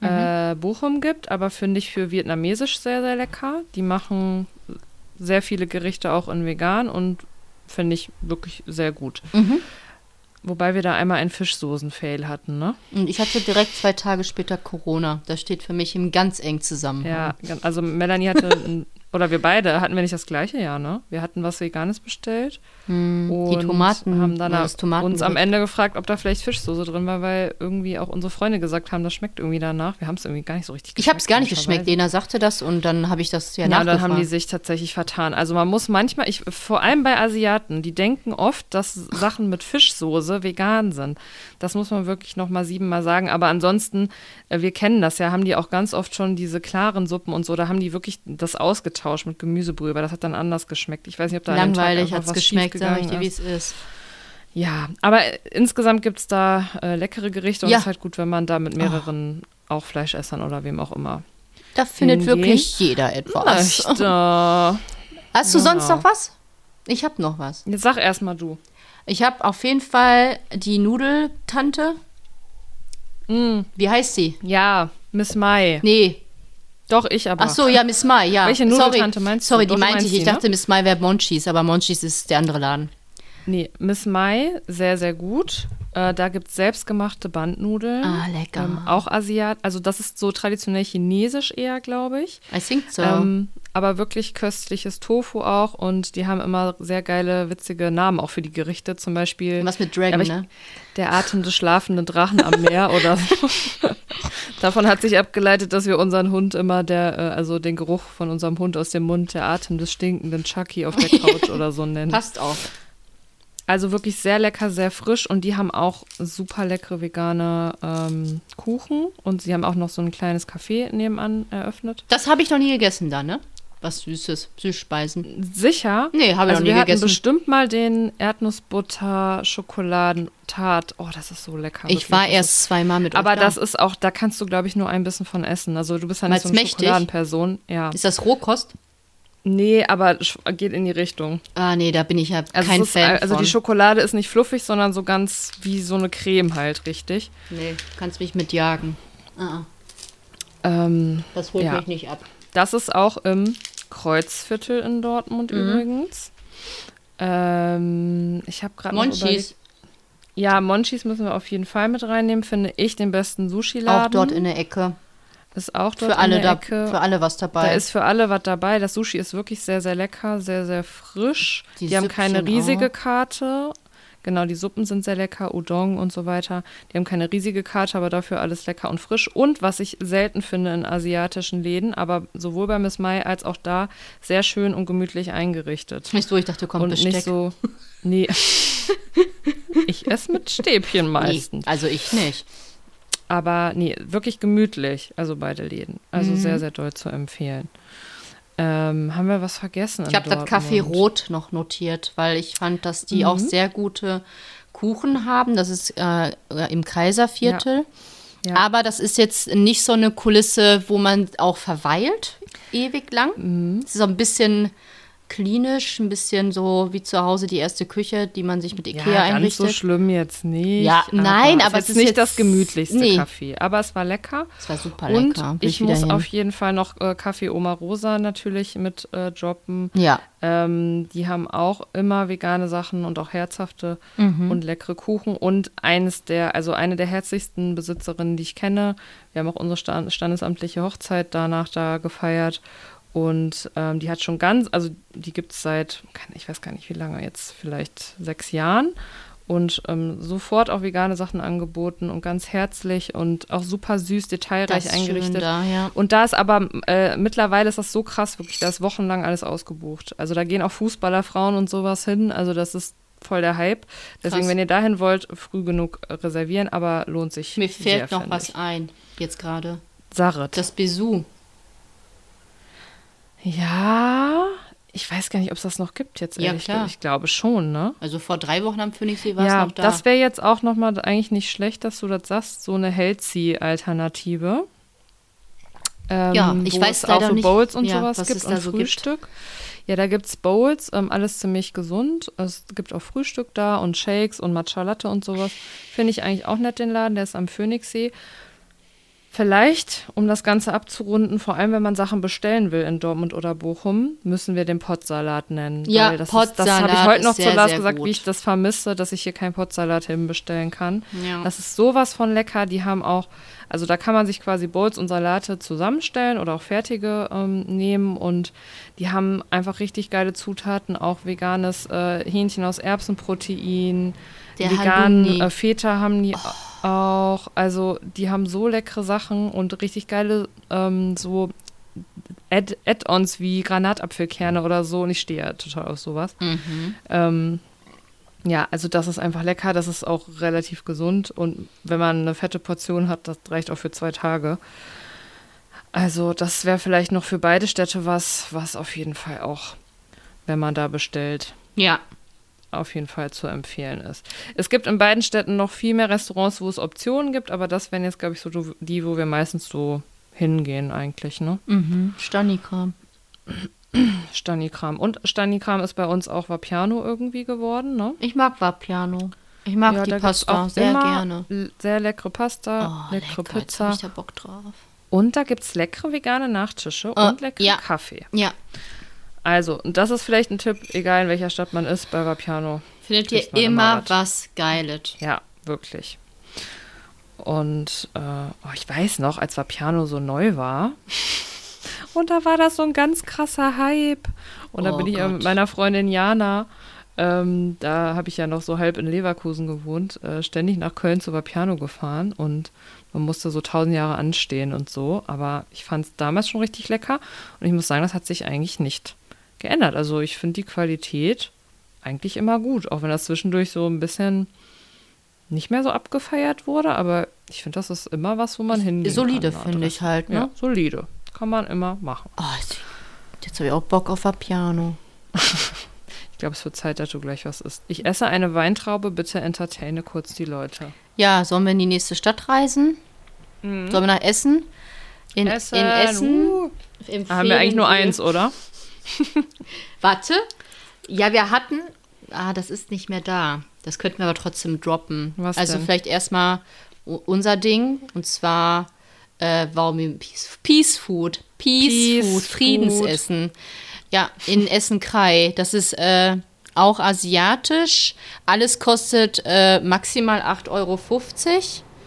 äh, Bochum gibt, aber finde ich für vietnamesisch sehr, sehr lecker. Die machen sehr viele Gerichte auch in vegan und finde ich wirklich sehr gut. Wobei wir da einmal einen Fischsoßen-Fail hatten, ne?
Und ich hatte direkt zwei Tage später Corona. Das steht für mich im ganz eng zusammen.
Ja, gan- also Melanie hatte, ein- oder wir beide, hatten wir nicht das gleiche Jahr, ne? Wir hatten was Veganes bestellt.
Mhm, die Tomaten,
haben dann
oder das Tomaten
uns am Ende gefragt, ob da vielleicht Fischsoße drin war, weil irgendwie auch unsere Freunde gesagt haben, das schmeckt irgendwie danach. Wir haben es irgendwie gar nicht so richtig
Ich habe es gar nicht geschmeckt.
komischerweise.
Lena sagte das und dann habe ich das ja,
Ja,
nachgefragt.
dann haben die sich tatsächlich vertan. Also man muss manchmal, ich, vor allem bei Asiaten, die denken oft, dass Sachen mit Fischsoße vegan sind. Das muss man wirklich noch mal siebenmal sagen. Aber ansonsten, äh, wir kennen das ja, haben die auch ganz oft schon diese klaren Suppen und so. Da haben die wirklich das ausgetauscht mit Gemüsebrühe, aber das hat dann anders geschmeckt. Ich weiß nicht, ob da
Langweilig
hat
hat es geschmeckt, sag ich dir, wie es
ne?
ist.
ja, aber äh, insgesamt gibt es da äh, leckere Gerichte und es
Ja. Oh.
ist halt gut, wenn man da mit mehreren auch Fleischessern oder wem auch immer.
Da findet
Hingehen.
wirklich jeder etwas.
Möchte.
Hast du sonst
Genau.
noch was? Ich habe noch was.
äh, Jetzt sag erstmal du.
Ich habe auf jeden Fall die Nudeltante.
Mm.
Wie heißt sie?
Ja, Miss Mai.
Nee.
Doch, ich aber.
Ach so, ja, Miss Mai, ja.
Ah. Welche Nudeltante
Sorry.
meinst du?
Sorry,
Doch, du
die meinte
meinst
ich.
die, ne?
Ich dachte, Miss Mai wäre Monchis, aber Monchis ist der andere Laden.
Nee, Miss Mai, sehr, sehr gut. Äh, da gibt es selbstgemachte Bandnudeln.
Ah, lecker.
Ähm, auch Asiat. Also, das ist so traditionell chinesisch eher, glaube ich.
I think so.
Ähm, aber wirklich köstliches Tofu auch und die haben immer sehr geile, witzige Namen auch für die Gerichte. Zum Beispiel.
Was mit Dragon,
Aber ich-
ne?
Der atmende, schlafende Drachen am Meer oder so. Davon hat sich abgeleitet, dass wir unseren Hund immer, der, äh, also den Geruch von unserem Hund aus dem Mund, der Atem des stinkenden Chucky auf der Couch oder so nennen.
Passt auch.
Also wirklich sehr lecker, sehr frisch und die haben auch super leckere vegane ähm, Kuchen und sie haben auch noch so ein kleines Café nebenan eröffnet.
Das habe ich noch nie gegessen da, ne? Was Süßes, Süßspeisen.
Sicher?
Nee, habe ich
also
noch nie
wir hatten
gegessen.
bestimmt mal den Erdnussbutter-Schokoladen-Tart. Oh, das ist so lecker. wirklich.
Ich war
Das ist
erst zweimal mit euch
Aber
da.
das ist auch, da kannst du, glaube ich, nur ein bisschen von essen. Also du bist ja nicht
Weil's
so eine
mächtig?
Schokoladenperson. Ja.
ist das Rohkost?
Nee, aber sch- geht in die Richtung.
Ah, nee, da bin ich ja
Also,
kein
es ist,
Fan.
also
von.
die Schokolade ist nicht fluffig, sondern so ganz wie so eine Creme halt, richtig.
Nee, kannst mich mitjagen. Ah,
Ähm,
das holt
Ja.
mich nicht ab.
das ist auch im Kreuzviertel in Dortmund
Mhm.
übrigens. Ähm, ich habe gerade noch überlegt-
Monchis,
Ja, Monchis müssen wir auf jeden Fall mit reinnehmen, finde ich den besten Sushi-Laden.
auch dort in der Ecke.
ist auch dort
Für alle,
in der
da,
Ecke.
für alle was dabei.
Da ist für alle was dabei. Das Sushi ist wirklich sehr, sehr lecker, sehr, sehr frisch.
Die
Die, haben keine
Süppchen
riesige
auch.
Karte. Genau, die Suppen sind sehr lecker, Udon und so weiter. Die haben keine riesige Karte, aber dafür alles lecker und frisch. Und was ich selten finde in asiatischen Läden, aber sowohl bei Miss Mai als auch da sehr schön und gemütlich eingerichtet.
nicht so, ich dachte, kommt
und
Besteck.
nicht so. Nee. ich esse mit Stäbchen
nee,
meistens.
also ich nicht.
Aber nee, wirklich gemütlich. Also beide Läden. Also
Mhm.
sehr, sehr doll zu empfehlen. Ähm, haben wir was vergessen?
Ich
in
habe das
Dortmund?
Kaffee Rot noch notiert, weil ich fand, dass die
Mhm.
auch sehr gute Kuchen haben. Das ist äh, im Kaiserviertel.
Ja.
Aber das ist jetzt nicht so eine Kulisse, wo man auch verweilt. ewig lang. Es ist so ein bisschen klinisch, ein bisschen so wie zu Hause die erste Küche, die man sich mit Ikea
ja, ganz
einrichtet.
so schlimm jetzt nicht.
Ja, nein, aber
es ist
es ist
nicht
jetzt-
das gemütlichste
nee.
Kaffee. Aber es war lecker.
Es war super
Und
lecker. Will
ich,
wieder
muss
hin.
auf jeden Fall noch äh, Kaffee Oma Rosa natürlich mit äh, droppen.
Ja.
Ähm, die haben auch immer vegane Sachen und auch herzhafte
Mhm.
und leckere Kuchen. Und eines der, also eine der herzlichsten Besitzerinnen, die ich kenne. Wir haben auch unsere Sta- standesamtliche Hochzeit danach da gefeiert. Und ähm, die hat schon ganz, also die gibt es seit, kann- ich weiß gar nicht wie lange jetzt, vielleicht sechs Jahren. Und ähm, sofort auch vegane Sachen angeboten und ganz herzlich und auch super süß,
Das
detailreich
ist schön
eingerichtet.
da, ja.
Und da ist aber äh, mittlerweile ist das so krass, wirklich, da ist wochenlang alles ausgebucht. Also da gehen auch Fußballer, Frauen und sowas hin. Also das ist voll der Hype. Deswegen,
Krass.
wenn ihr dahin wollt, früh genug äh, reservieren, aber lohnt sich.
Mir
sehr,
fällt noch
finde
was
ich.
ein, jetzt gerade.
Sarret.
Das Bisou.
ja, ich weiß gar nicht, ob es das noch gibt jetzt
Ja,
ehrlich.
klar.
Ich glaube schon, ne?
Also vor drei Wochen am Phoenixsee war
ja,
es noch da.
das wäre jetzt auch nochmal eigentlich nicht schlecht, dass du das sagst, so eine Healthy-Alternative. Ähm,
Ja, ich
wo
weiß
es auch
leider
so
nicht,
Bowls und
ja,
sowas
was
gibt
es
und
da so gibt.
Frühstück. Ja, da gibt es Bowls, ähm, alles ziemlich gesund. Es gibt auch Frühstück da und Shakes und Matcha Latte und sowas. Finde ich eigentlich auch nett, den Laden, der ist am Phoenixsee. Vielleicht, um das Ganze abzurunden, vor allem wenn man Sachen bestellen will in Dortmund oder Bochum, müssen wir den Pottsalat nennen.
Ja,
weil das ist- Das habe ich
Pottsalat
heute noch
ist sehr,
zu Lars
sehr
gesagt,
gut.
wie ich das vermisse, dass ich hier keinen Pottsalat hinbestellen kann.
Ja.
Das ist sowas von lecker. Die haben auch, also da kann man sich quasi Bowls und Salate zusammenstellen oder auch fertige ähm, nehmen und die haben einfach richtig geile Zutaten, auch veganes äh, Hähnchen aus Erbsenprotein,
Der
veganen
Halloumi. Oh.
äh, Feta haben die auch. Also die haben so leckere Sachen und richtig geile ähm, so Add- Add-ons wie Granatapfelkerne oder so. Und ich stehe ja total auf sowas.
Mhm.
Ähm, ja, also das ist einfach lecker, das ist auch relativ gesund und wenn man eine fette Portion hat, das reicht auch für zwei Tage. Also das wäre vielleicht noch für beide Städte was, was auf jeden Fall auch, wenn man da bestellt,
ja,
auf jeden Fall zu empfehlen ist. Es gibt in beiden Städten noch viel mehr Restaurants, wo es Optionen gibt, aber das wären jetzt, glaube ich, so du- die, wo wir meistens so hingehen eigentlich, ne?
mhm. Stornikram.
Stanikram. Und Stanikram ist bei uns auch Vapiano irgendwie geworden, ne?
Ich mag Vapiano. Ich mag
da
die
gibt's
Pasta
auch
sehr
immer
gerne.
l- Sehr leckere Pasta,
Oh,
leckere
lecker, jetzt
Pizza.
hab ich da Bock drauf.
Und da gibt es leckere vegane Nachtische
Äh,
und leckeren
ja.
Kaffee.
Ja,
Also, und das ist vielleicht ein Tipp, egal in welcher Stadt man ist, bei Vapiano.
findet
Kriegt
ihr
man immer
immer was Geiles.
Ja, wirklich. Und äh, oh, ich weiß noch, als Vapiano so neu war. Und da war das so ein ganz krasser Hype. Und da
Oh
bin ich ja
Gott.
mit meiner Freundin Jana, ähm, da habe ich ja noch so halb in Leverkusen gewohnt, äh, ständig nach Köln zu Vapiano gefahren. Und man musste so tausend Jahre anstehen und so. Aber ich fand es damals schon richtig lecker. Und ich muss sagen, das hat sich eigentlich nicht geändert. Also ich finde die Qualität eigentlich immer gut, auch wenn das zwischendurch so ein bisschen nicht mehr so abgefeiert wurde, aber ich finde, das ist immer was, wo man hingehen
Solide
kann.
finde ich halt, ne?
Ja, solide. Kann man immer machen.
Oh, jetzt- jetzt habe ich auch Bock auf Vapiano.
Ich glaube, es wird Zeit, dass du gleich was isst. Ich esse eine Weintraube, bitte entertaine kurz die Leute.
Ja, sollen wir in die nächste Stadt reisen? Sollen wir nach Essen? In
Mhm. Essen,
In Essen
uh.
empfehlen
Da haben wir eigentlich nur
wir-
eins, oder?
Warte. Ja, wir hatten. Ah, das ist nicht mehr da. Das könnten wir aber trotzdem droppen.
Was
also
denn?
vielleicht erstmal u- unser Ding. Und zwar äh, warum wir Peace, Peace Food. Peace,
Peace
Food,
Food.
Friedensessen. Ja, in Essen-Krai. Das ist äh, auch asiatisch. Alles kostet äh, maximal 8,50 Euro.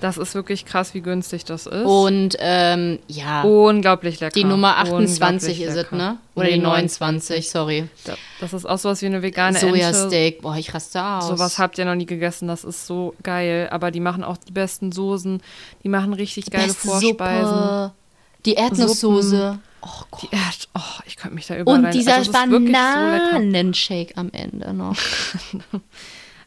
Das ist wirklich krass, wie günstig das ist.
Und ähm, ja,
Unglaublich lecker.
die Nummer
Oh, Unglaublich
28 ist es,
lecker.
ne? Oder
Nee,
die 29, sorry.
Da- Das ist auch sowas wie eine vegane Ente.
Sojasteak. Boah, ich raste aus.
Sowas habt ihr noch nie gegessen, das ist so geil. Aber die machen auch die besten Soßen, die machen richtig geile
Beste
Vorspeisen.
Suppe. Die Erdnusssoße. Oh Gott.
Die Erd oh, ich könnte mich da überall
Und
rein-
dieser
also, es ist wirklich so lecker.
Bananenshake am Ende noch.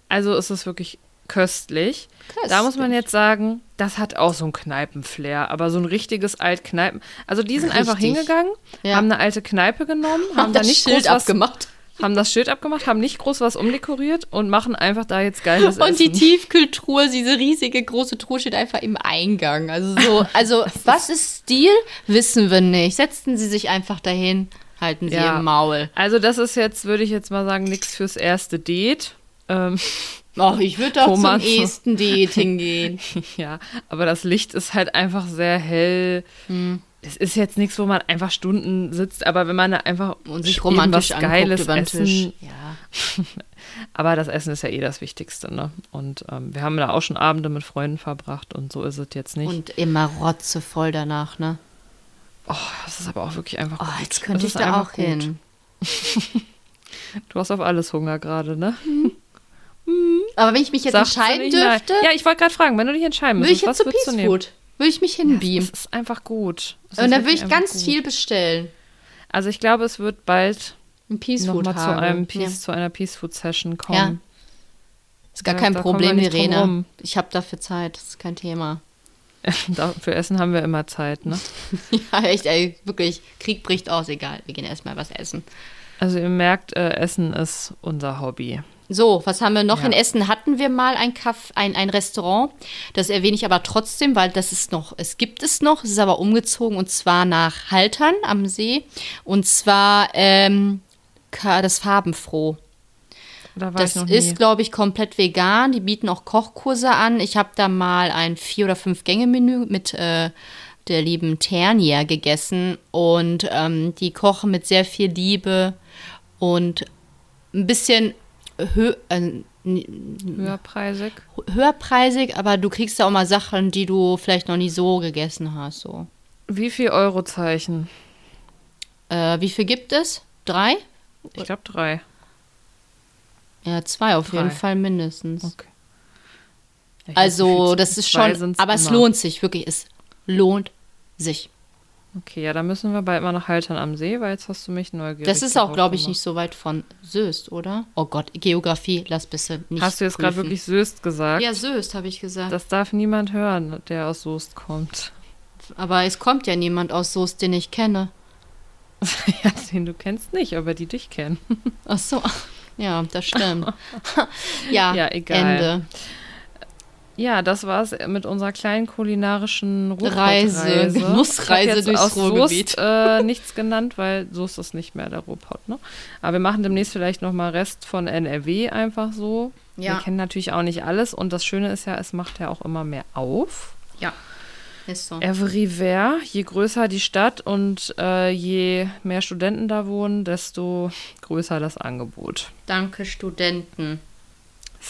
Also es ist wirklich köstlich. Da
Köstlich.
muss man jetzt sagen, das hat auch so ein Kneipenflair, aber so ein richtiges Altkneipen. Also die sind einfach
Richtig.
hingegangen,
Ja.
haben eine alte Kneipe genommen, haben da
das
nicht
Schild
groß was
abgemacht.
haben das Schild abgemacht, haben nicht groß was umdekoriert und machen einfach da jetzt geiles Essen.
Und die Tiefkühltruhe, diese riesige große Truhe steht einfach im Eingang. Also so, also was ist Stil, wissen wir nicht. Setzten sie sich einfach dahin, halten sie
Ja.
ihr Maul.
Also das ist jetzt, würde ich jetzt mal sagen, nichts fürs erste Date. Ähm,
Ach, ich würde doch
Thomas.
zum ersten Date hingehen.
ja, aber das Licht ist halt einfach sehr hell.
Hm.
Es ist jetzt nichts, wo man einfach Stunden sitzt, aber wenn man da einfach
Und sich
eben
romantisch
was
anguckt
Geiles
über den
essen,
Tisch. Ja.
Aber das Essen ist ja eh das Wichtigste, ne? Und ähm, wir haben da auch schon Abende mit Freunden verbracht und so ist es jetzt nicht.
Und immer rotzevoll danach, ne?
oh, das ist aber auch wirklich einfach
Oh,
gut.
jetzt könnte
Das
ich
ist
da auch
einfach
hin.
Du hast auf alles Hunger gerade, ne?
Aber wenn ich mich jetzt
Sagst du
entscheiden
nicht nein?
dürfte,
Ja, ich wollte gerade fragen, wenn du dich entscheiden
würde ich
müsstest,
jetzt
was würdest
zu
du
Peace
nehmen?
Food. Würde ich mich hinbeamen.
Es ist einfach gut. Es ist
Und dann würde
wirklich
ich
einfach
ganz
gut.
viel bestellen.
Also ich glaube, es wird bald
Ein Peace Food
nochmal zu
haben.
einem Peace, zu einer Peace Food Session kommen.
Ja. Ist gar
Ja,
kein
da kommen wir
Problem,
nicht drum
Irene.
rum.
Ich habe dafür Zeit, das ist kein Thema.
Da- Für Essen haben wir immer Zeit, ne?
Ja, echt, ey, wirklich, Krieg bricht aus, egal, wir gehen erstmal was essen.
Also ihr merkt, äh, Essen ist unser Hobby.
So, was haben wir noch?
Ja.
In Essen hatten wir mal ein, Kaff, ein, ein Restaurant. Das erwähne ich aber trotzdem, weil das ist noch, es gibt es noch, es ist aber umgezogen und zwar nach Haltern am See. Und zwar ähm, Ka- das Farbenfroh.
Da war
Das
ich noch nie.
ist, glaube ich, komplett vegan. Die bieten auch Kochkurse an. Ich habe da mal ein Vier- oder Fünf-Gänge-Menü mit äh, der lieben Ternia gegessen. Und ähm, die kochen mit sehr viel Liebe und ein bisschen hö äh,
höherpreisig.
höherpreisig, aber du kriegst da auch mal Sachen, die du vielleicht noch nie so gegessen hast. So.
Wie viel Eurozeichen?
Äh, wie viel gibt es? Drei?
Ich glaube drei.
Ja, zwei auf
Drei.
jeden Fall mindestens.
Okay. Ja, ich weiß nicht,
Also,
wie viel-
das ist
zwei
schon,
sind's
aber es
immer.
lohnt sich, wirklich, es lohnt sich.
Okay, ja, da müssen wir bald mal nach Haltern am See, weil jetzt hast du mich neugierig.
Das ist auch,
darauf
glaube ich,
gemacht.
nicht so weit von Söst, oder? Oh Gott, Geografie, lass bitte nicht.
Hast du jetzt gerade
prüfen.
wirklich Söst gesagt?
Ja, Söst, habe ich gesagt.
Das darf niemand hören, der aus Soest kommt.
Aber es kommt ja niemand aus Soest, den ich kenne.
ja, den du kennst nicht, aber die dich kennen.
Ach so. Ja, das stimmt. ja,
Ja, egal.
Ende.
Ja, das war's mit unserer kleinen kulinarischen
Reise,
Ruhrpott-Reise.
Genussreise
Ich hab jetzt
durchs
aus
Ruhrgebiet.
Soest, äh, nichts genannt, weil Soest ist nicht mehr der Ruhrpott. Ne? Aber wir machen demnächst vielleicht nochmal Rest von NRW einfach so.
Ja.
Wir kennen natürlich auch nicht alles und das Schöne ist ja, es macht ja auch immer mehr auf.
Ja, ist so.
Everywhere, je größer die Stadt und äh, je mehr Studenten da wohnen, desto größer das Angebot.
Danke, Studenten.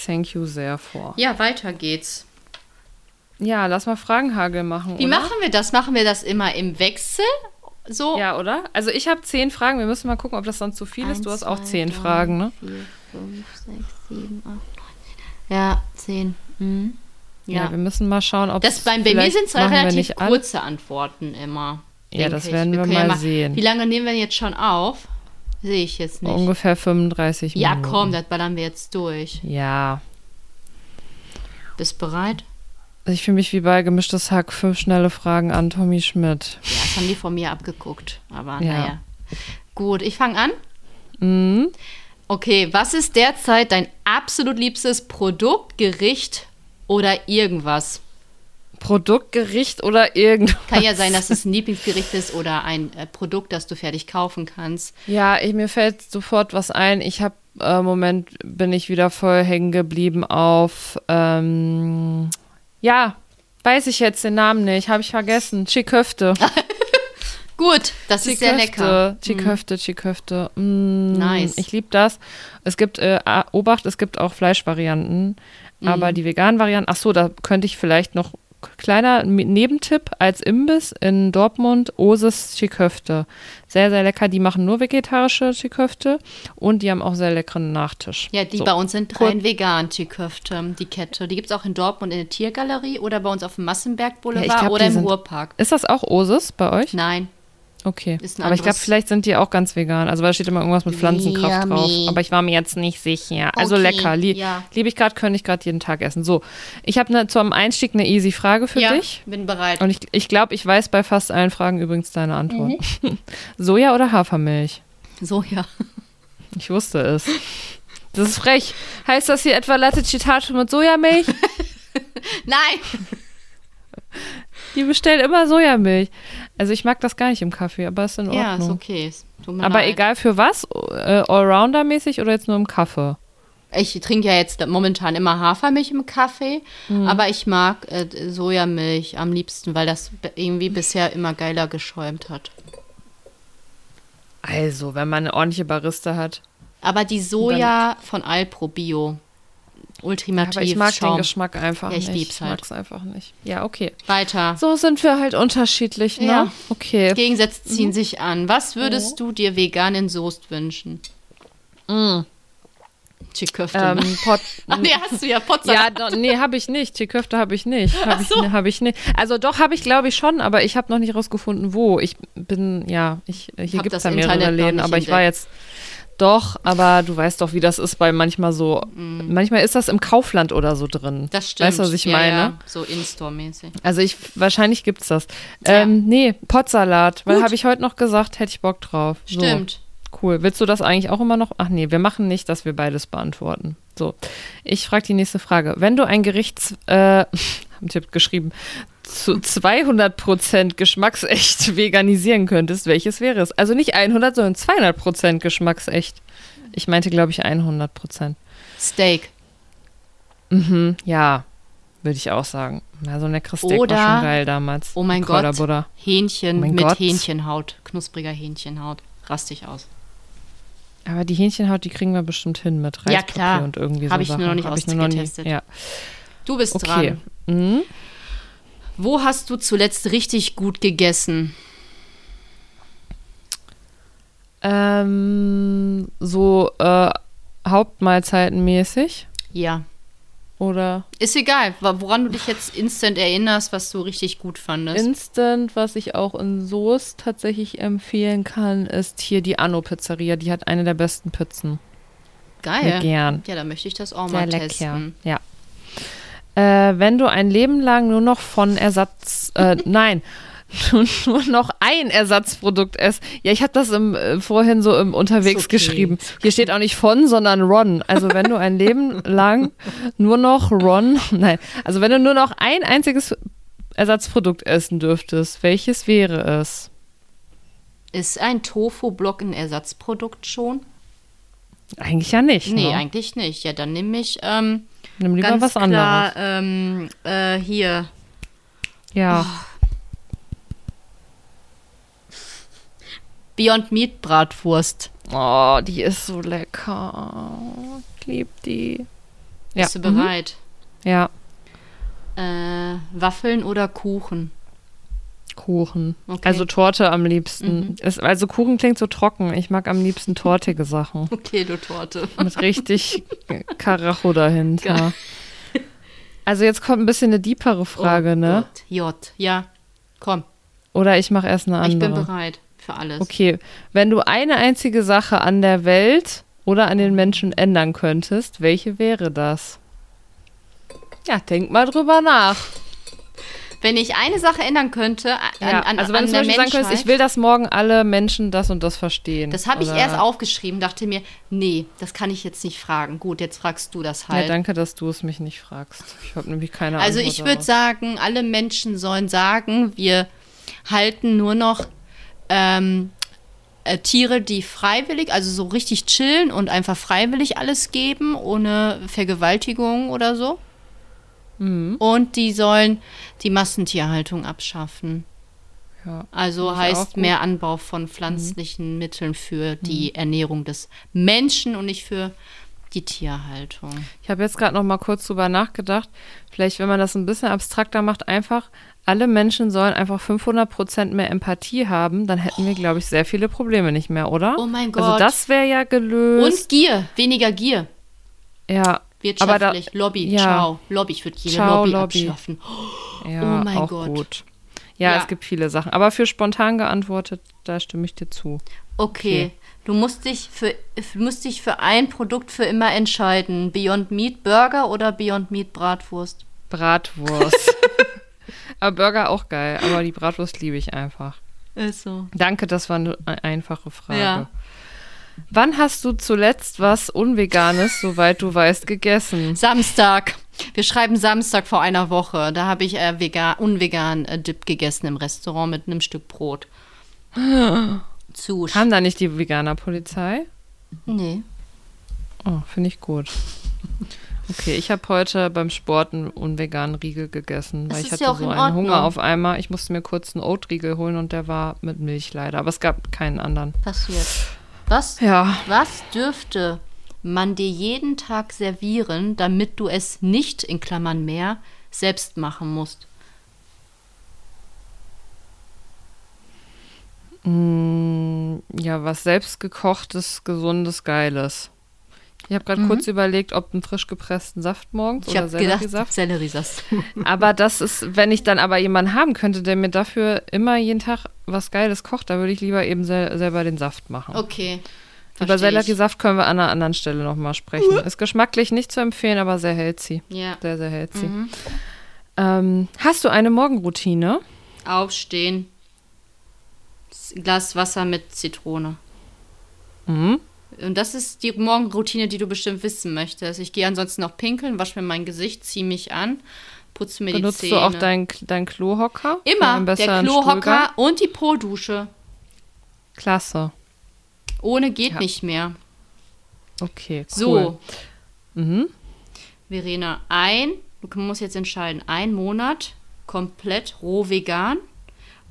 Thank you sehr for.
Ja, weiter geht's.
Ja, lass mal Fragenhagel machen.
Wie
oder?
machen wir das? Machen wir das immer im Wechsel? So?
Ja, oder? Also ich habe zehn Fragen. Wir müssen mal gucken, ob das sonst zu viel ist. Du
Eins,
hast auch
zwei,
zehn
drei,
Fragen, ne?
Vier, fünf, sechs, sieben, acht, neun. zehn. Ja, zehn. Mhm.
Ja. wir müssen mal schauen, ob
Das bei, bei mir
vielleicht
sind es
machen wir
relativ
nicht alle-
kurze Antworten immer.
Ja,
denke
das
ich.
werden wir
können ja
mal sehen.
Wie lange nehmen wir denn jetzt schon auf? Sehe ich jetzt nicht.
Ungefähr 35
ja,
Minuten.
komm, das ballern wir jetzt durch.
Ja.
Bist bereit?
Also Ich fühle mich wie bei gemischtes Hack. Fünf schnelle Fragen an Tommy Schmidt.
Ja, das haben die von mir abgeguckt. Aber
Ja.
naja. Gut, ich fange an.
Mhm.
Okay, was ist derzeit dein absolut liebstes Produkt, Gericht oder irgendwas?
Produkt, Gericht oder irgendwas.
Kann ja sein, dass es ein Lieblingsgericht ist oder ein äh, Produkt, das du fertig kaufen kannst.
Ja, ich, mir fällt sofort was ein. Ich habe äh, im Moment bin ich wieder voll hängen geblieben auf. Ähm, ja, weiß ich jetzt den Namen nicht. Habe ich vergessen. Chiköfte.
Gut, das ist sehr lecker. Mhm.
Chiköfte, Chiköfte. Mm,
Nice.
Ich liebe das. Es gibt, äh, ah, Obacht, es gibt auch Fleischvarianten,
Mhm.
aber die veganen Varianten, ach so, da könnte ich vielleicht noch kleiner Mi- Nebentipp als Imbiss in Dortmund, Osis Chiköfte. Sehr, sehr lecker. Die machen nur vegetarische Chiköfte und die haben auch sehr leckeren Nachtisch.
Ja, die
So.
bei uns sind
Kur-
rein vegan, die Köfte, die Kette. Die gibt es auch in Dortmund in der Tiergalerie oder bei uns auf dem Massenberg Boulevard
Ja, ich glaub,
oder
die
im
sind-
Ruhrpark.
Ist das auch Osis bei euch?
Nein.
Okay.
Ist ein
Aber ich glaube,
anderes-
vielleicht sind die auch ganz vegan. Also, weil da steht immer irgendwas mit Pflanzenkraft drauf.
Yummy.
Aber ich war mir jetzt nicht sicher. Also
Okay,
lecker. Lie
ja.
Liebe ich gerade, könnte ich gerade jeden Tag essen. So, ich habe ne, zum Einstieg eine easy Frage für
ja,
dich.
bin bereit.
Und ich, ich glaube, ich weiß bei fast
Mhm.
allen Fragen übrigens deine Antwort. Soja oder Hafermilch?
Soja.
Ich wusste es. Das ist frech. Heißt das hier etwa Latte Citato mit Sojamilch?
Nein!
Die bestellen immer Sojamilch. Also ich mag das gar nicht im Kaffee, aber ist in Ordnung.
Ja, ist okay. Es Tut mir
Aber
leid.
egal für was, äh, Allrounder-mäßig oder jetzt nur im Kaffee?
Ich trinke ja jetzt momentan immer Hafermilch im Kaffee,
Mhm.
aber ich mag äh, Sojamilch am liebsten, weil das b- irgendwie bisher immer geiler geschäumt hat.
Also, wenn man eine ordentliche Barista hat.
Aber die Soja von Alpro Bio, ultimativ
Aber ich mag
Schaum.
den Geschmack einfach
Ja, ich
nicht.
lieb's
ich
halt.
mag's einfach nicht. Ja, okay.
Weiter.
So sind wir halt unterschiedlich, ne?
Ja.
Okay.
Gegensätze
Mhm.
ziehen sich an. Was würdest du dir vegan in Soest wünschen? Mm. Chiköfte.
Ähm, Pot
Ah, nee, hast du ja Potsdam.
ja, do, nee, habe ich nicht. Die Köfte habe ich nicht. Habe ich,
so.
ne, hab ich nicht. Also doch, habe ich glaube ich schon, aber ich habe noch nicht rausgefunden, wo. Ich bin, ja, ich, äh, hier
Hab
gibt es ja
das
mehrere
Internet noch
Läden,
nicht
aber ich war jetzt doch, aber du weißt doch, wie das ist bei manchmal so, manchmal ist das im Kaufland oder so drin.
Mhm. das stimmt.
Weißt du, was ich
ja,
meine?
Ja. So In-Store-mäßig.
Also ich, wahrscheinlich gibt's das.
Ja.
Ähm, nee, Potsalat, weil
Gut.
habe ich heute noch gesagt, hätte ich Bock drauf. So.
Stimmt.
Cool. Willst du das eigentlich auch immer noch? Ach nee, wir machen nicht, dass wir beides beantworten. So, ich frage die nächste Frage. Wenn du ein Gericht, äh, haben Tipp geschrieben, zu 200% geschmacksecht veganisieren könntest, welches wäre es? Also nicht 100, sondern 200% geschmacksecht. Ich meinte, glaube ich, 100%.
Steak.
Hm, Ja, würde ich auch sagen. Ja, so ein leckeres Steak
Oder-
war schon geil damals.
Oh mein
Mit Kräuter
Gott.
Butter.
Hähnchen
Oh mein
mit
Gott.
Hähnchenhaut. Knuspriger Hähnchenhaut. Rastig aus.
Aber die Hähnchenhaut, die kriegen wir bestimmt hin mit Reispapier
Ja, klar.
und irgendwie
Hab
so
ich nur
Sachen.
noch nicht
Hab ich nur noch nie-
ausgetestet.
Ja,
Du bist
okay.
dran.
Mhm.
Wo hast du zuletzt richtig gut gegessen?
Ähm, so äh, Hauptmahlzeitenmäßig
Ja.
oder
Ist egal, wa- woran du dich jetzt instant erinnerst, was du richtig gut fandest.
Instant, was ich auch in Soße tatsächlich empfehlen kann, ist hier die Anno Pizzeria. Die hat eine der besten Pizzen.
Geil.
Gern.
Ah, Ja, da möchte ich das auch
Sehr
mal
lecker.
testen.
Ja. Äh, wenn du ein Leben lang nur noch von Ersatz, äh, nein, nur- nur noch ein Ersatzprodukt esst. Ja, ich habe das im, äh, vorhin so im unterwegs
Ist okay.
geschrieben. Hier steht auch nicht von, sondern Ron. Also wenn du ein Leben lang nur noch Ron, nein, also wenn du nur noch ein einziges Ersatzprodukt essen dürftest, welches wäre es?
Ist ein Tofu-Block ein Ersatzprodukt schon?
Eigentlich ja nicht.
Nee,
ne?
eigentlich nicht. Ja, dann nehme ich ähm,
Nimm lieber
ganz
was
klar
anderes.
ähm, äh, hier.
Ja.
Beyond Meat Bratwurst.
Oh, die ist so lecker. Ich lieb die. Ja.
Bist du bereit?
Mhm. Ja,
Äh, Waffeln oder Kuchen?
Kuchen.
Okay. Mhm.
Also Torte am liebsten. Es, also Kuchen klingt so trocken. Ich mag am liebsten tortige Sachen.
Okay, du Torte.
Mit richtig Karacho dahinter. Also jetzt kommt ein bisschen eine deepere Frage,
Oh
ne?
Gott. J. Ja, komm.
Oder ich mache erst eine andere.
Ich bin bereit für alles.
Okay, wenn du eine einzige Sache an der Welt oder an den Menschen ändern könntest, welche wäre das? Ja, denk mal drüber nach.
Wenn ich eine Sache ändern könnte äh, an,
Ja,
an,
also
an
wenn du zum Beispiel
der
sagen
Menschheit,
könntest, ich will, dass morgen alle Menschen das und das verstehen.
das habe ich
oder-
erst aufgeschrieben, dachte mir, nee, das kann ich jetzt nicht fragen. Gut, jetzt fragst du das
Ja,
halt.
danke, dass du es mich nicht fragst. Ich habe nämlich keine
also
Antwort.
ich würde
darauf.
sagen, alle Menschen sollen sagen, wir halten nur noch ähm, äh, Tiere, die freiwillig, also so richtig chillen und einfach freiwillig alles geben, ohne Vergewaltigung oder so.
Mhm.
Und die sollen die Massentierhaltung abschaffen.
Ja,
Also
ich auch
heißt
gut. Mhm.
mehr Anbau von pflanzlichen Mitteln für die Ernährung des Menschen und nicht für die Tierhaltung.
Ich habe jetzt gerade noch mal kurz drüber nachgedacht. Vielleicht, wenn man das ein bisschen abstrakter macht, einfach alle Menschen sollen einfach 500 Prozent mehr Empathie haben, dann hätten wir, glaube ich, sehr viele Probleme nicht mehr, oder?
Oh mein
Also
Gott.
das wäre ja gelöst.
Und Gier, weniger Gier.
Ja, aber da-
Wirtschaftlich, Lobby,
ja.
ciao. Lobby, ich würde jede
Ciao,
Lobby,
Lobby.
abschaffen.
Ja,
Oh mein
auch
Gott.
gut. Ja,
Ja.
es gibt viele Sachen. Aber für spontan geantwortet, da stimme ich dir zu.
Okay, du musst dich, für, musst dich für ein Produkt für immer entscheiden. Beyond Meat Burger oder Beyond Meat Bratwurst?
Bratwurst. aber Burger auch geil, aber die Bratwurst liebe ich einfach.
Ist so.
Danke, das war eine einfache Frage.
Ja.
Wann hast du zuletzt was Unveganes, soweit du weißt, gegessen?
Samstag. Wir schreiben Samstag vor einer Woche. Da habe ich äh, vegan, unvegan äh, Dip gegessen im Restaurant mit einem Stück Brot. Zu. sch-
Kam da nicht die Veganer-Polizei?
Nee.
Oh, finde ich gut. Okay, ich habe heute beim Sport einen unveganen Riegel gegessen,
Das
weil ich
ist
hatte
ja auch
so
in
einen
Ordnung.
Hunger auf einmal. Ich musste mir kurz einen Oat-Riegel holen und der war mit Milch leider, aber es gab keinen anderen.
Passiert. Was,
Ja,
was dürfte man dir jeden Tag servieren, damit du es nicht, in Klammern mehr, selbst machen musst?
mh, Mm, ja, was selbstgekochtes, gesundes, geiles. Ich habe gerade kurz überlegt, ob einen frisch gepressten Saft morgens
Mhm. Ich
oder
habe
Selleriesaft.
gedacht, Selleriesaft.
Aber das ist, wenn ich dann aber jemanden haben könnte, der mir dafür immer jeden Tag was Geiles kocht, da würde ich lieber eben sel selber den Saft machen.
Okay.
Über
Versteh ich.
Selleriesaft können wir an einer anderen Stelle nochmal sprechen. Ist geschmacklich nicht zu empfehlen, aber sehr healthy.
Ja. Mhm.
Sehr, sehr healthy. Ähm, hast du eine Morgenroutine?
Aufstehen. S- Glas Wasser mit Zitrone.
Mhm.
Und das ist die Morgenroutine, die du bestimmt wissen möchtest. Ich gehe ansonsten noch pinkeln, wasche mir mein Gesicht, ziehe mich an, putze mir
Benutzt
die
du
Zähne.
auch deinen dein Klohocker? Für einen
Immer der
besseren Stuhlgang?
Klohocker und die Po-Dusche.
Klasse.
Ohne geht
Ja.
nicht mehr.
Okay, cool.
So,
Mhm.
Verena, ein, du musst jetzt entscheiden, ein Monat komplett roh vegan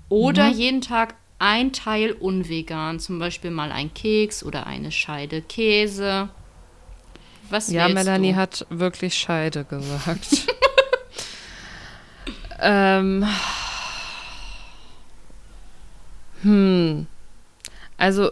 oder
Mhm.
jeden Tag ein Teil unvegan, zum Beispiel mal ein Keks oder eine Scheide Käse. Was
Ja,
willst
Melanie
du?
hat wirklich Scheide gesagt. ähm. Hm. Also,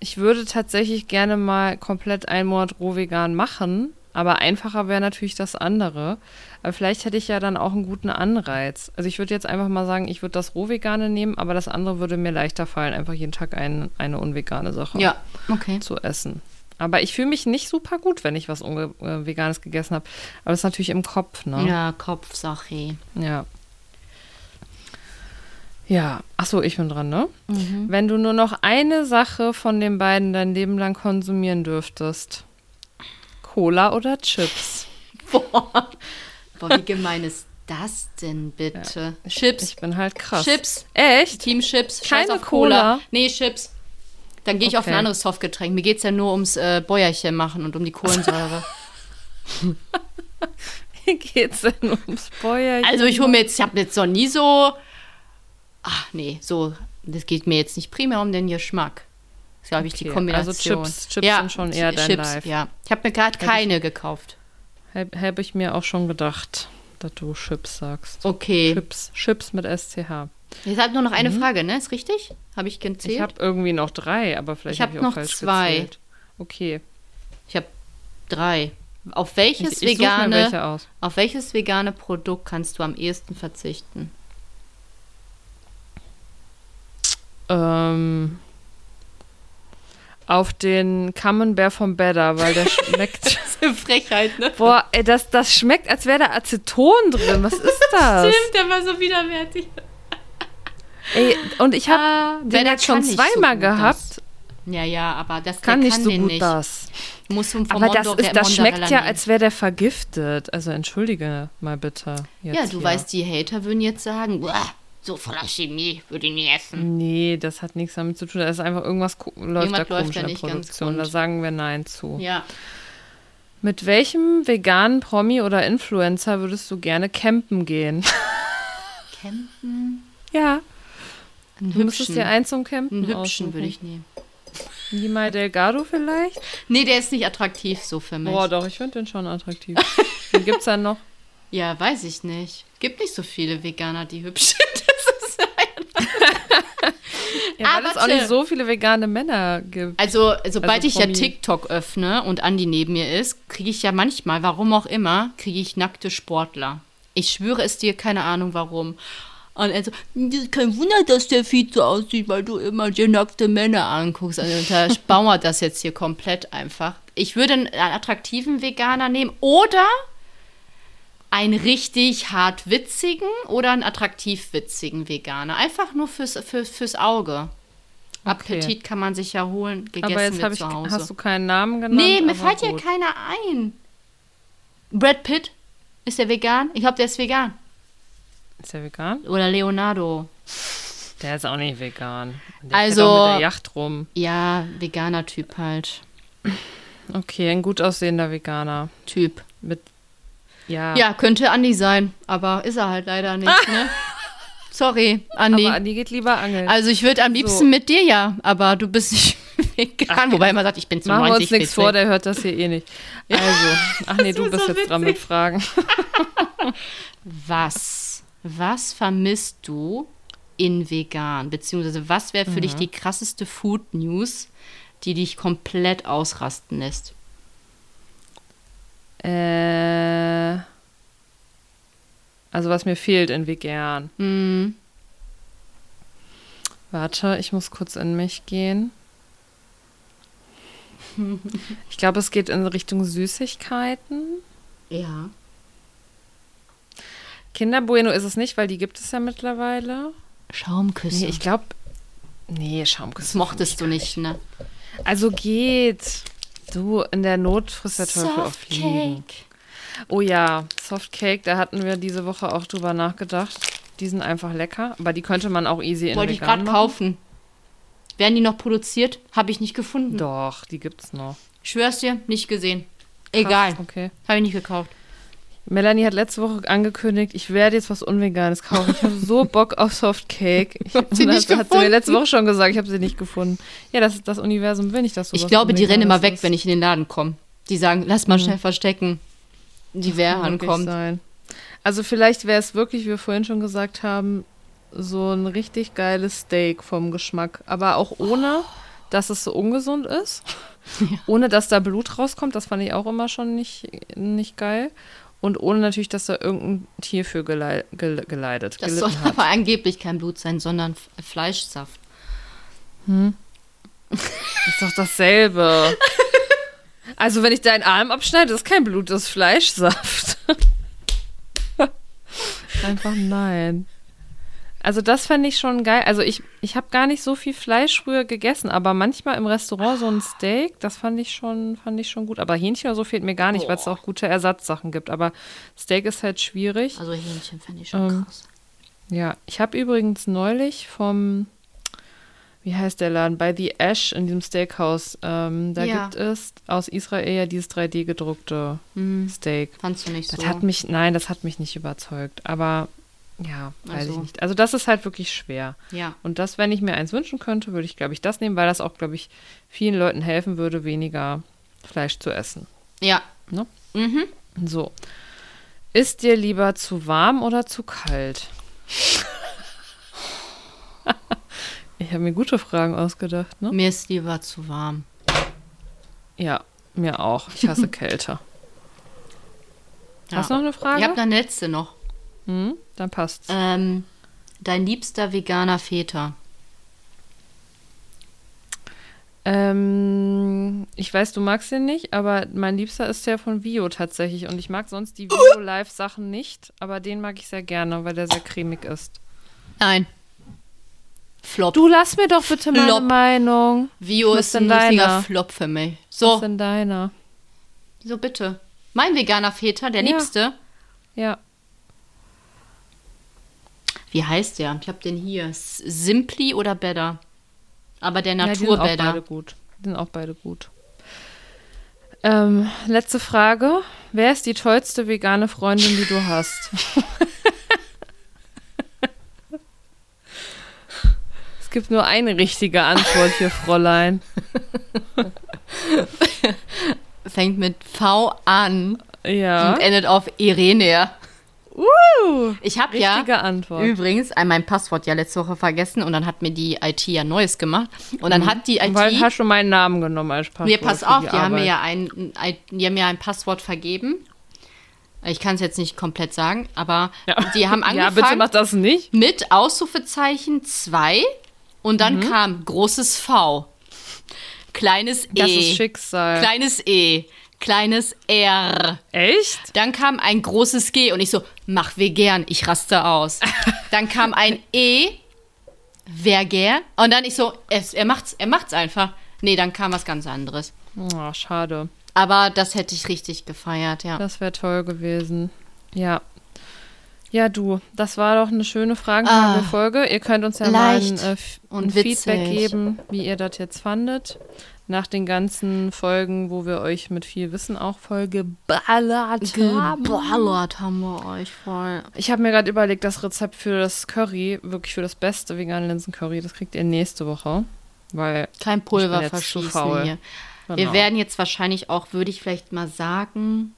ich würde tatsächlich gerne mal komplett einen Monat roh vegan machen, aber einfacher wäre natürlich das andere. Aber vielleicht hätte ich ja dann auch einen guten Anreiz. Also, ich würde jetzt einfach mal sagen, ich würde das roh vegane nehmen, aber das andere würde mir leichter fallen, einfach jeden Tag ein, eine unvegane Sache
Ja, okay.
zu essen. Aber ich fühle mich nicht super gut, wenn ich was Unge äh, Veganes gegessen habe. Aber das ist natürlich im Kopf, ne?
Ja, Kopfsache.
Ja. Ja. ja. Achso, ich bin dran, ne?
Mhm.
Wenn du nur noch eine Sache von den beiden dein Leben lang konsumieren dürftest. Cola oder Chips?
Boah. Boah, wie gemein ist das denn bitte? Chips,
Ich bin halt krass.
Chips,
Echt?
Team Chips, scheiß
Keine
auf Cola.
Cola.
Nee, Chips. Dann gehe ich auf ein
Okay.
anderes Softgetränk. Mir geht es ja nur ums äh, Bäuerchen machen und um die Kohlensäure.
Hier geht's denn ums Bäuerchen?
also ich hole mir jetzt, ich habe jetzt noch nie so. Ach nee, so, das geht mir jetzt nicht primär um den Geschmack. Das ist, glaube ich, die
Okay,
Kombination.
also Chips- Chips sind schon eher dein
Chips,
Life.
ja. Ich habe mir gerade keine gekauft.
Habe hab ich mir auch schon gedacht, dass du Chips sagst.
Okay.
Chips. Chips mit SCH.
Jetzt habe nur noch eine Frage, ne? Ist richtig? Habe ich gezählt?
Ich habe irgendwie noch drei, aber vielleicht
Ich
habe
hab
ich auch
noch
falsch
zwei.
gezählt. Okay,
Ich habe drei. Auf
ich,
welches
ich suche mir
vegane,
welche aus.
auf welches vegane Produkt kannst du am ehesten verzichten?
Ähm, auf den Camembert vom Better, weil der schmeckt.
Das ist eine Frechheit, ne?
boah, ey, das, das schmeckt, als wäre da Aceton drin. Was ist das?
Stimmt, der war so widerwärtig.
ey, und ich habe
Ah,
den jetzt schon zweimal gehabt.
Ja, ja, aber das
Kann
der
nicht so
den
gut das.
Muss vom
Aber das,
Mondor-
ist, das schmeckt ja,
Mondarella
als wäre der vergiftet. Also entschuldige mal bitte. Jetzt
nehmen. Ja, du
hier.
weißt, die Hater würden jetzt sagen, "Uah, so voller Chemie, würde ich nie essen.
Nee, das hat nichts damit zu tun. Da ist einfach irgendwas ko- läuft
Irgendwas läuft
da
da
komisch in der
nicht ganz
Produktion.
rund.
Da sagen wir Nein zu.
Ja.
Mit welchem veganen Promi oder Influencer würdest du gerne campen gehen?
Campen?
Ja.
Einen
Du müsstest
hübschen.
dir eins zum Campen
Einen hübschen würde
aussuchen.
ich nehmen.
Nima Delgado vielleicht?
Nee, der ist nicht attraktiv so für mich.
Boah, doch, ich finde den schon attraktiv. Den gibt's dann noch.
Ja, weiß ich nicht. Gibt nicht so viele Veganer, die hübsch sind. Das ist
Ja, weil
Ah,
es auch nicht
warte.
so viele vegane Männer gibt.
also, sobald ich ja
Promi.
TikTok öffne und Andi neben mir ist, kriege ich ja manchmal, warum auch immer, kriege ich nackte Sportler. Ich schwöre es dir, keine Ahnung warum. Und also, kein Wunder, dass der viel so aussieht, weil du immer dir nackte Männer anguckst. Also, da spauert das jetzt hier komplett einfach. Ich würde einen attraktiven Veganer nehmen oder einen richtig hart witzigen oder einen attraktiv witzigen Veganer. Einfach nur fürs, für, fürs Auge. Appetit kann man sich ja holen, gegessen
Aber jetzt
wird
hab ich,
zu Hause.
hast du keinen Namen genannt.
nee, mir
aber
fällt ja
gut.
keiner ein. Brad Pitt, ist der vegan? Ich glaube, der ist vegan.
Ist der vegan?
Oder Leonardo.
Der ist auch nicht vegan. Der fährt
Also-
auch mit der Yacht rum.
Ja, veganer Typ halt.
Okay, ein gut aussehender Veganer.
Typ.
Mit. Ja.
Ja, könnte Andi sein, aber ist er halt leider nicht, ne? Sorry, Andi.
Aber die geht lieber angeln.
Also ich würde am liebsten
So.
mit dir ja, aber du bist nicht vegan. Wobei man sagt, ich bin zu
Machen
90
wir uns nichts vor,
vegan.
der hört das hier eh nicht. Also, ach nee, du
war
bist
so
jetzt dran mit Fragen.
Was? Was vermisst du in vegan? Beziehungsweise was wäre für
Mhm.
dich die krasseste Food News, die dich komplett ausrasten lässt?
Äh, also, was mir fehlt in vegan. Mhm.
Hm,
Warte, ich muss kurz in mich gehen. Ich glaube, es geht in Richtung Süßigkeiten.
ja.
Kinder Bueno ist es nicht, weil die gibt es ja mittlerweile.
Schaumküsse.
Nee, ich glaube. Nee,
das
Schaumküsse.
mochtest du nicht, ne?
Also geht. Du, in der Not frisst der Teufel auf Fliegen. Oh ja, Softcake, da hatten wir diese Woche auch drüber nachgedacht. Die sind einfach lecker, aber die könnte man auch easy in
Wollte ich
vegan
gerade
machen.
kaufen. Werden die noch produziert? Habe ich nicht gefunden.
Doch, die gibt's noch.
Schwör's dir, nicht gesehen. Egal.
Okay.
Habe ich nicht gekauft.
Melanie hat letzte Woche angekündigt, ich werde jetzt was Unveganes kaufen. Ich habe so Bock auf Softcake. Ich
Hab sie
Und das hat
nicht
sie mir
gefunden.
letzte Woche schon gesagt, ich habe sie nicht gefunden. Ja, das, das Universum will nicht, dass du
Ich glaube, die rennen immer weg, wenn ich in den Laden komme. Die sagen, lass
Mhm.
mal schnell verstecken. Die wer ankommt.
Sein. Also vielleicht wäre es wirklich, wie wir vorhin schon gesagt haben, so ein richtig geiles Steak vom Geschmack, aber auch ohne, dass es so ungesund ist, ohne dass da Blut rauskommt. Das fand ich auch immer schon nicht, nicht geil. Und ohne natürlich, dass da irgendein Tier für gelei gel geleidet,
Das soll
gelitten hat.
aber angeblich kein Blut sein, sondern F- Fleischsaft.
Ist doch dasselbe. Also, wenn ich deinen Arm abschneide, ist kein Blut, das ist Fleischsaft. Einfach nein. Also, das fände ich schon geil. Also, ich, ich habe gar nicht so viel Fleisch früher gegessen, aber manchmal im Restaurant so ein Steak, das fand ich schon, fand ich schon gut. Aber Hähnchen oder so fehlt mir gar nicht, weil es auch gute Ersatzsachen gibt. Aber Steak ist halt schwierig.
Also Hähnchen fände ich schon
Ähm,
krass.
Ja, ich habe übrigens neulich vom, wie heißt der Laden, bei The Ash in diesem Steakhouse, ähm, da
Ja.
gibt es aus Israel ja dieses 3D-gedruckte
Hm,
Steak.
fandst du nicht so.
Das hat mich, nein, das hat mich nicht überzeugt, aber ja, weiß
Also.
ich nicht. Also das ist halt wirklich schwer.
ja.
Und das, wenn ich mir eins wünschen könnte, würde ich, glaube ich, das nehmen, weil das auch, glaube ich, vielen Leuten helfen würde, weniger Fleisch zu essen.
Ja.
Ne?
Mhm.
So. Ist dir lieber zu warm oder zu kalt? ich habe mir gute Fragen ausgedacht, ne?
Mir ist lieber zu warm.
Ja, mir auch. Ich hasse Kälte.
Ja.
Hast du noch eine Frage?
Ich habe eine letzte noch.
Hm, dann passt's.
Ähm, dein liebster veganer Väter.
Ähm, ich weiß, du magst ihn nicht, aber mein Liebster ist der von Vio tatsächlich. Und ich mag sonst die Vio-Live-Sachen nicht, aber den mag ich sehr gerne, weil der sehr cremig ist.
Nein. Flop.
Du lass mir doch bitte meine
Flop.
Meinung.
Vio
Was
ist
denn
ein richtiger
deiner?
Flop für mich.
Was
So,
ist denn deiner?
so bitte. Mein veganer Väter, der
Ja.
Liebste.
Ja.
Wie heißt der? Ich hab den hier. S- Simply oder Better? Aber der
Ja, die sind
Natur
auch
Better.
beide gut. Die sind auch beide gut. Ähm, letzte Frage. Wer ist die tollste vegane Freundin, die du hast? es gibt nur eine richtige Antwort hier, Fräulein.
Fängt mit V an
Ja.
und endet auf Irene.
Uh,
Äh? Ich habe ja
richtige Antwort.
übrigens ein- mein Passwort ja letzte Woche vergessen und dann hat mir die IT ja Neues gemacht. Und dann hat die IT.
Mhm. Weil hast du meinen Namen genommen als Passwort.
Nee, pass
für
auf, die,
Arbeit.
haben mir ja ein, ein, die haben mir ein Passwort vergeben. Ich kann es jetzt nicht komplett sagen, aber
Ja.
die haben
Ja,
angefangen.
bitte mach das nicht.
mit Ausrufezeichen 2 und dann
Mhm.
kam großes V, kleines E,
Das ist Schicksal.
kleines E, kleines R.
Echt?
Dann kam ein großes G und ich so, mach wir gern, ich raste aus. dann kam ein E Verger. Und dann ich so, es, er macht's, er macht's einfach. Nee, dann kam was ganz anderes.
Oh, schade.
Aber das hätte ich richtig gefeiert, ja.
Das wäre toll gewesen. Ja. Ja, du, das war doch eine schöne
Ah.
Fragenfrage-Folge. ihr könnt uns ja
Leicht
mal ein, äh, F-
und
ein Feedback
witzig.
geben, wie ihr das jetzt fandet. Nach den ganzen Folgen, wo wir euch mit viel Wissen auch voll geballert haben.
Geballert haben wir euch voll.
Ich habe mir gerade überlegt, das Rezept für das Curry, wirklich für das beste vegane Linsencurry, das kriegt ihr nächste Woche. Weil,
Kein
Ich bin
Pulver
jetzt zu
verschießen
faul.
hier. Wir
Genau.
werden jetzt wahrscheinlich auch, würde ich vielleicht mal sagen,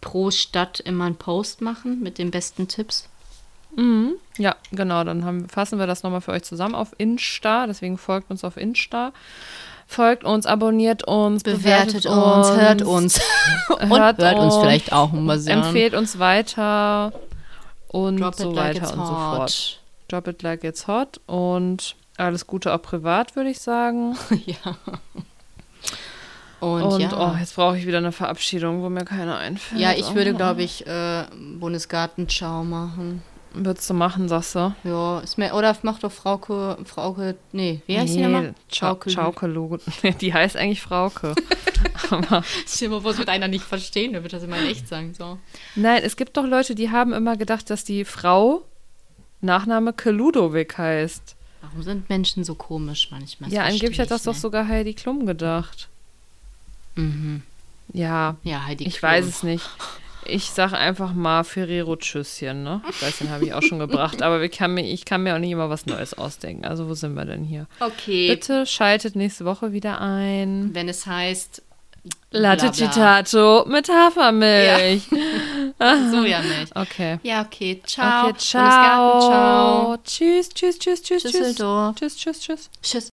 pro Stadt immer einen Post machen mit den besten Tipps.
mhm. ja, genau, dann haben, fassen wir das nochmal für euch zusammen auf Insta. Deswegen folgt uns auf Insta. Folgt uns, abonniert uns,
Bewertet uns, hört uns. Und
Hört
hört, uns
uns.
vielleicht auch mal sehen.
Empfehlt uns weiter und
Drop it
so
like
weiter
it's
und so
hot.
fort. Drop it like it's hot und alles Gute auch privat, würde ich sagen.
ja. Und,
Und,
ja.
oh, jetzt brauche ich wieder eine Verabschiedung, wo mir keine einfällt. Oh.
ja, ich würde,
ich.
glaube ich, äh, Bundesgarten Ciao machen.
Würdest du machen, sagst du?
Ja, ist mir, oder macht doch Frauke, Frauke, nee, wie heißt die nochmal?
Schauke. Schauke Logo. Nee, Die heißt eigentlich Frauke.
Stell dir mal vor, es wird einer nicht verstehen, der wird das immer in echt sagen. So.
Nein, es gibt doch Leute, die haben immer gedacht, dass die Frau Nachname Keludovic heißt.
Warum sind Menschen so komisch manchmal?
ja, halt
verstehe
angeblich hat das
ich
doch
nicht.
sogar Heidi Klum gedacht.
Mhm.
Ja,
Ja, Heidi
ich
Klum.
weiß es nicht. Ich sage einfach mal Ferrero Tschüsschen, ne? Ich weiß, den habe ich auch schon gebracht, aber wir kann mir, ich kann mir auch nicht immer was Neues ausdenken. Also wo sind wir denn hier?
Okay,
Bitte schaltet nächste Woche wieder ein.
wenn es heißt.
Latte
bla, bla.
Citato mit Hafermilch.
So ja nicht.
Okay.
Ja, okay. Ciao.
Okay,
Bundesgarten, ciao.
ciao. Tschüss, tschüss, tschüss, tschüss, tschüss.
Tschüsseldorf.
Tschüss, tschüss, tschüss.
Tschüss.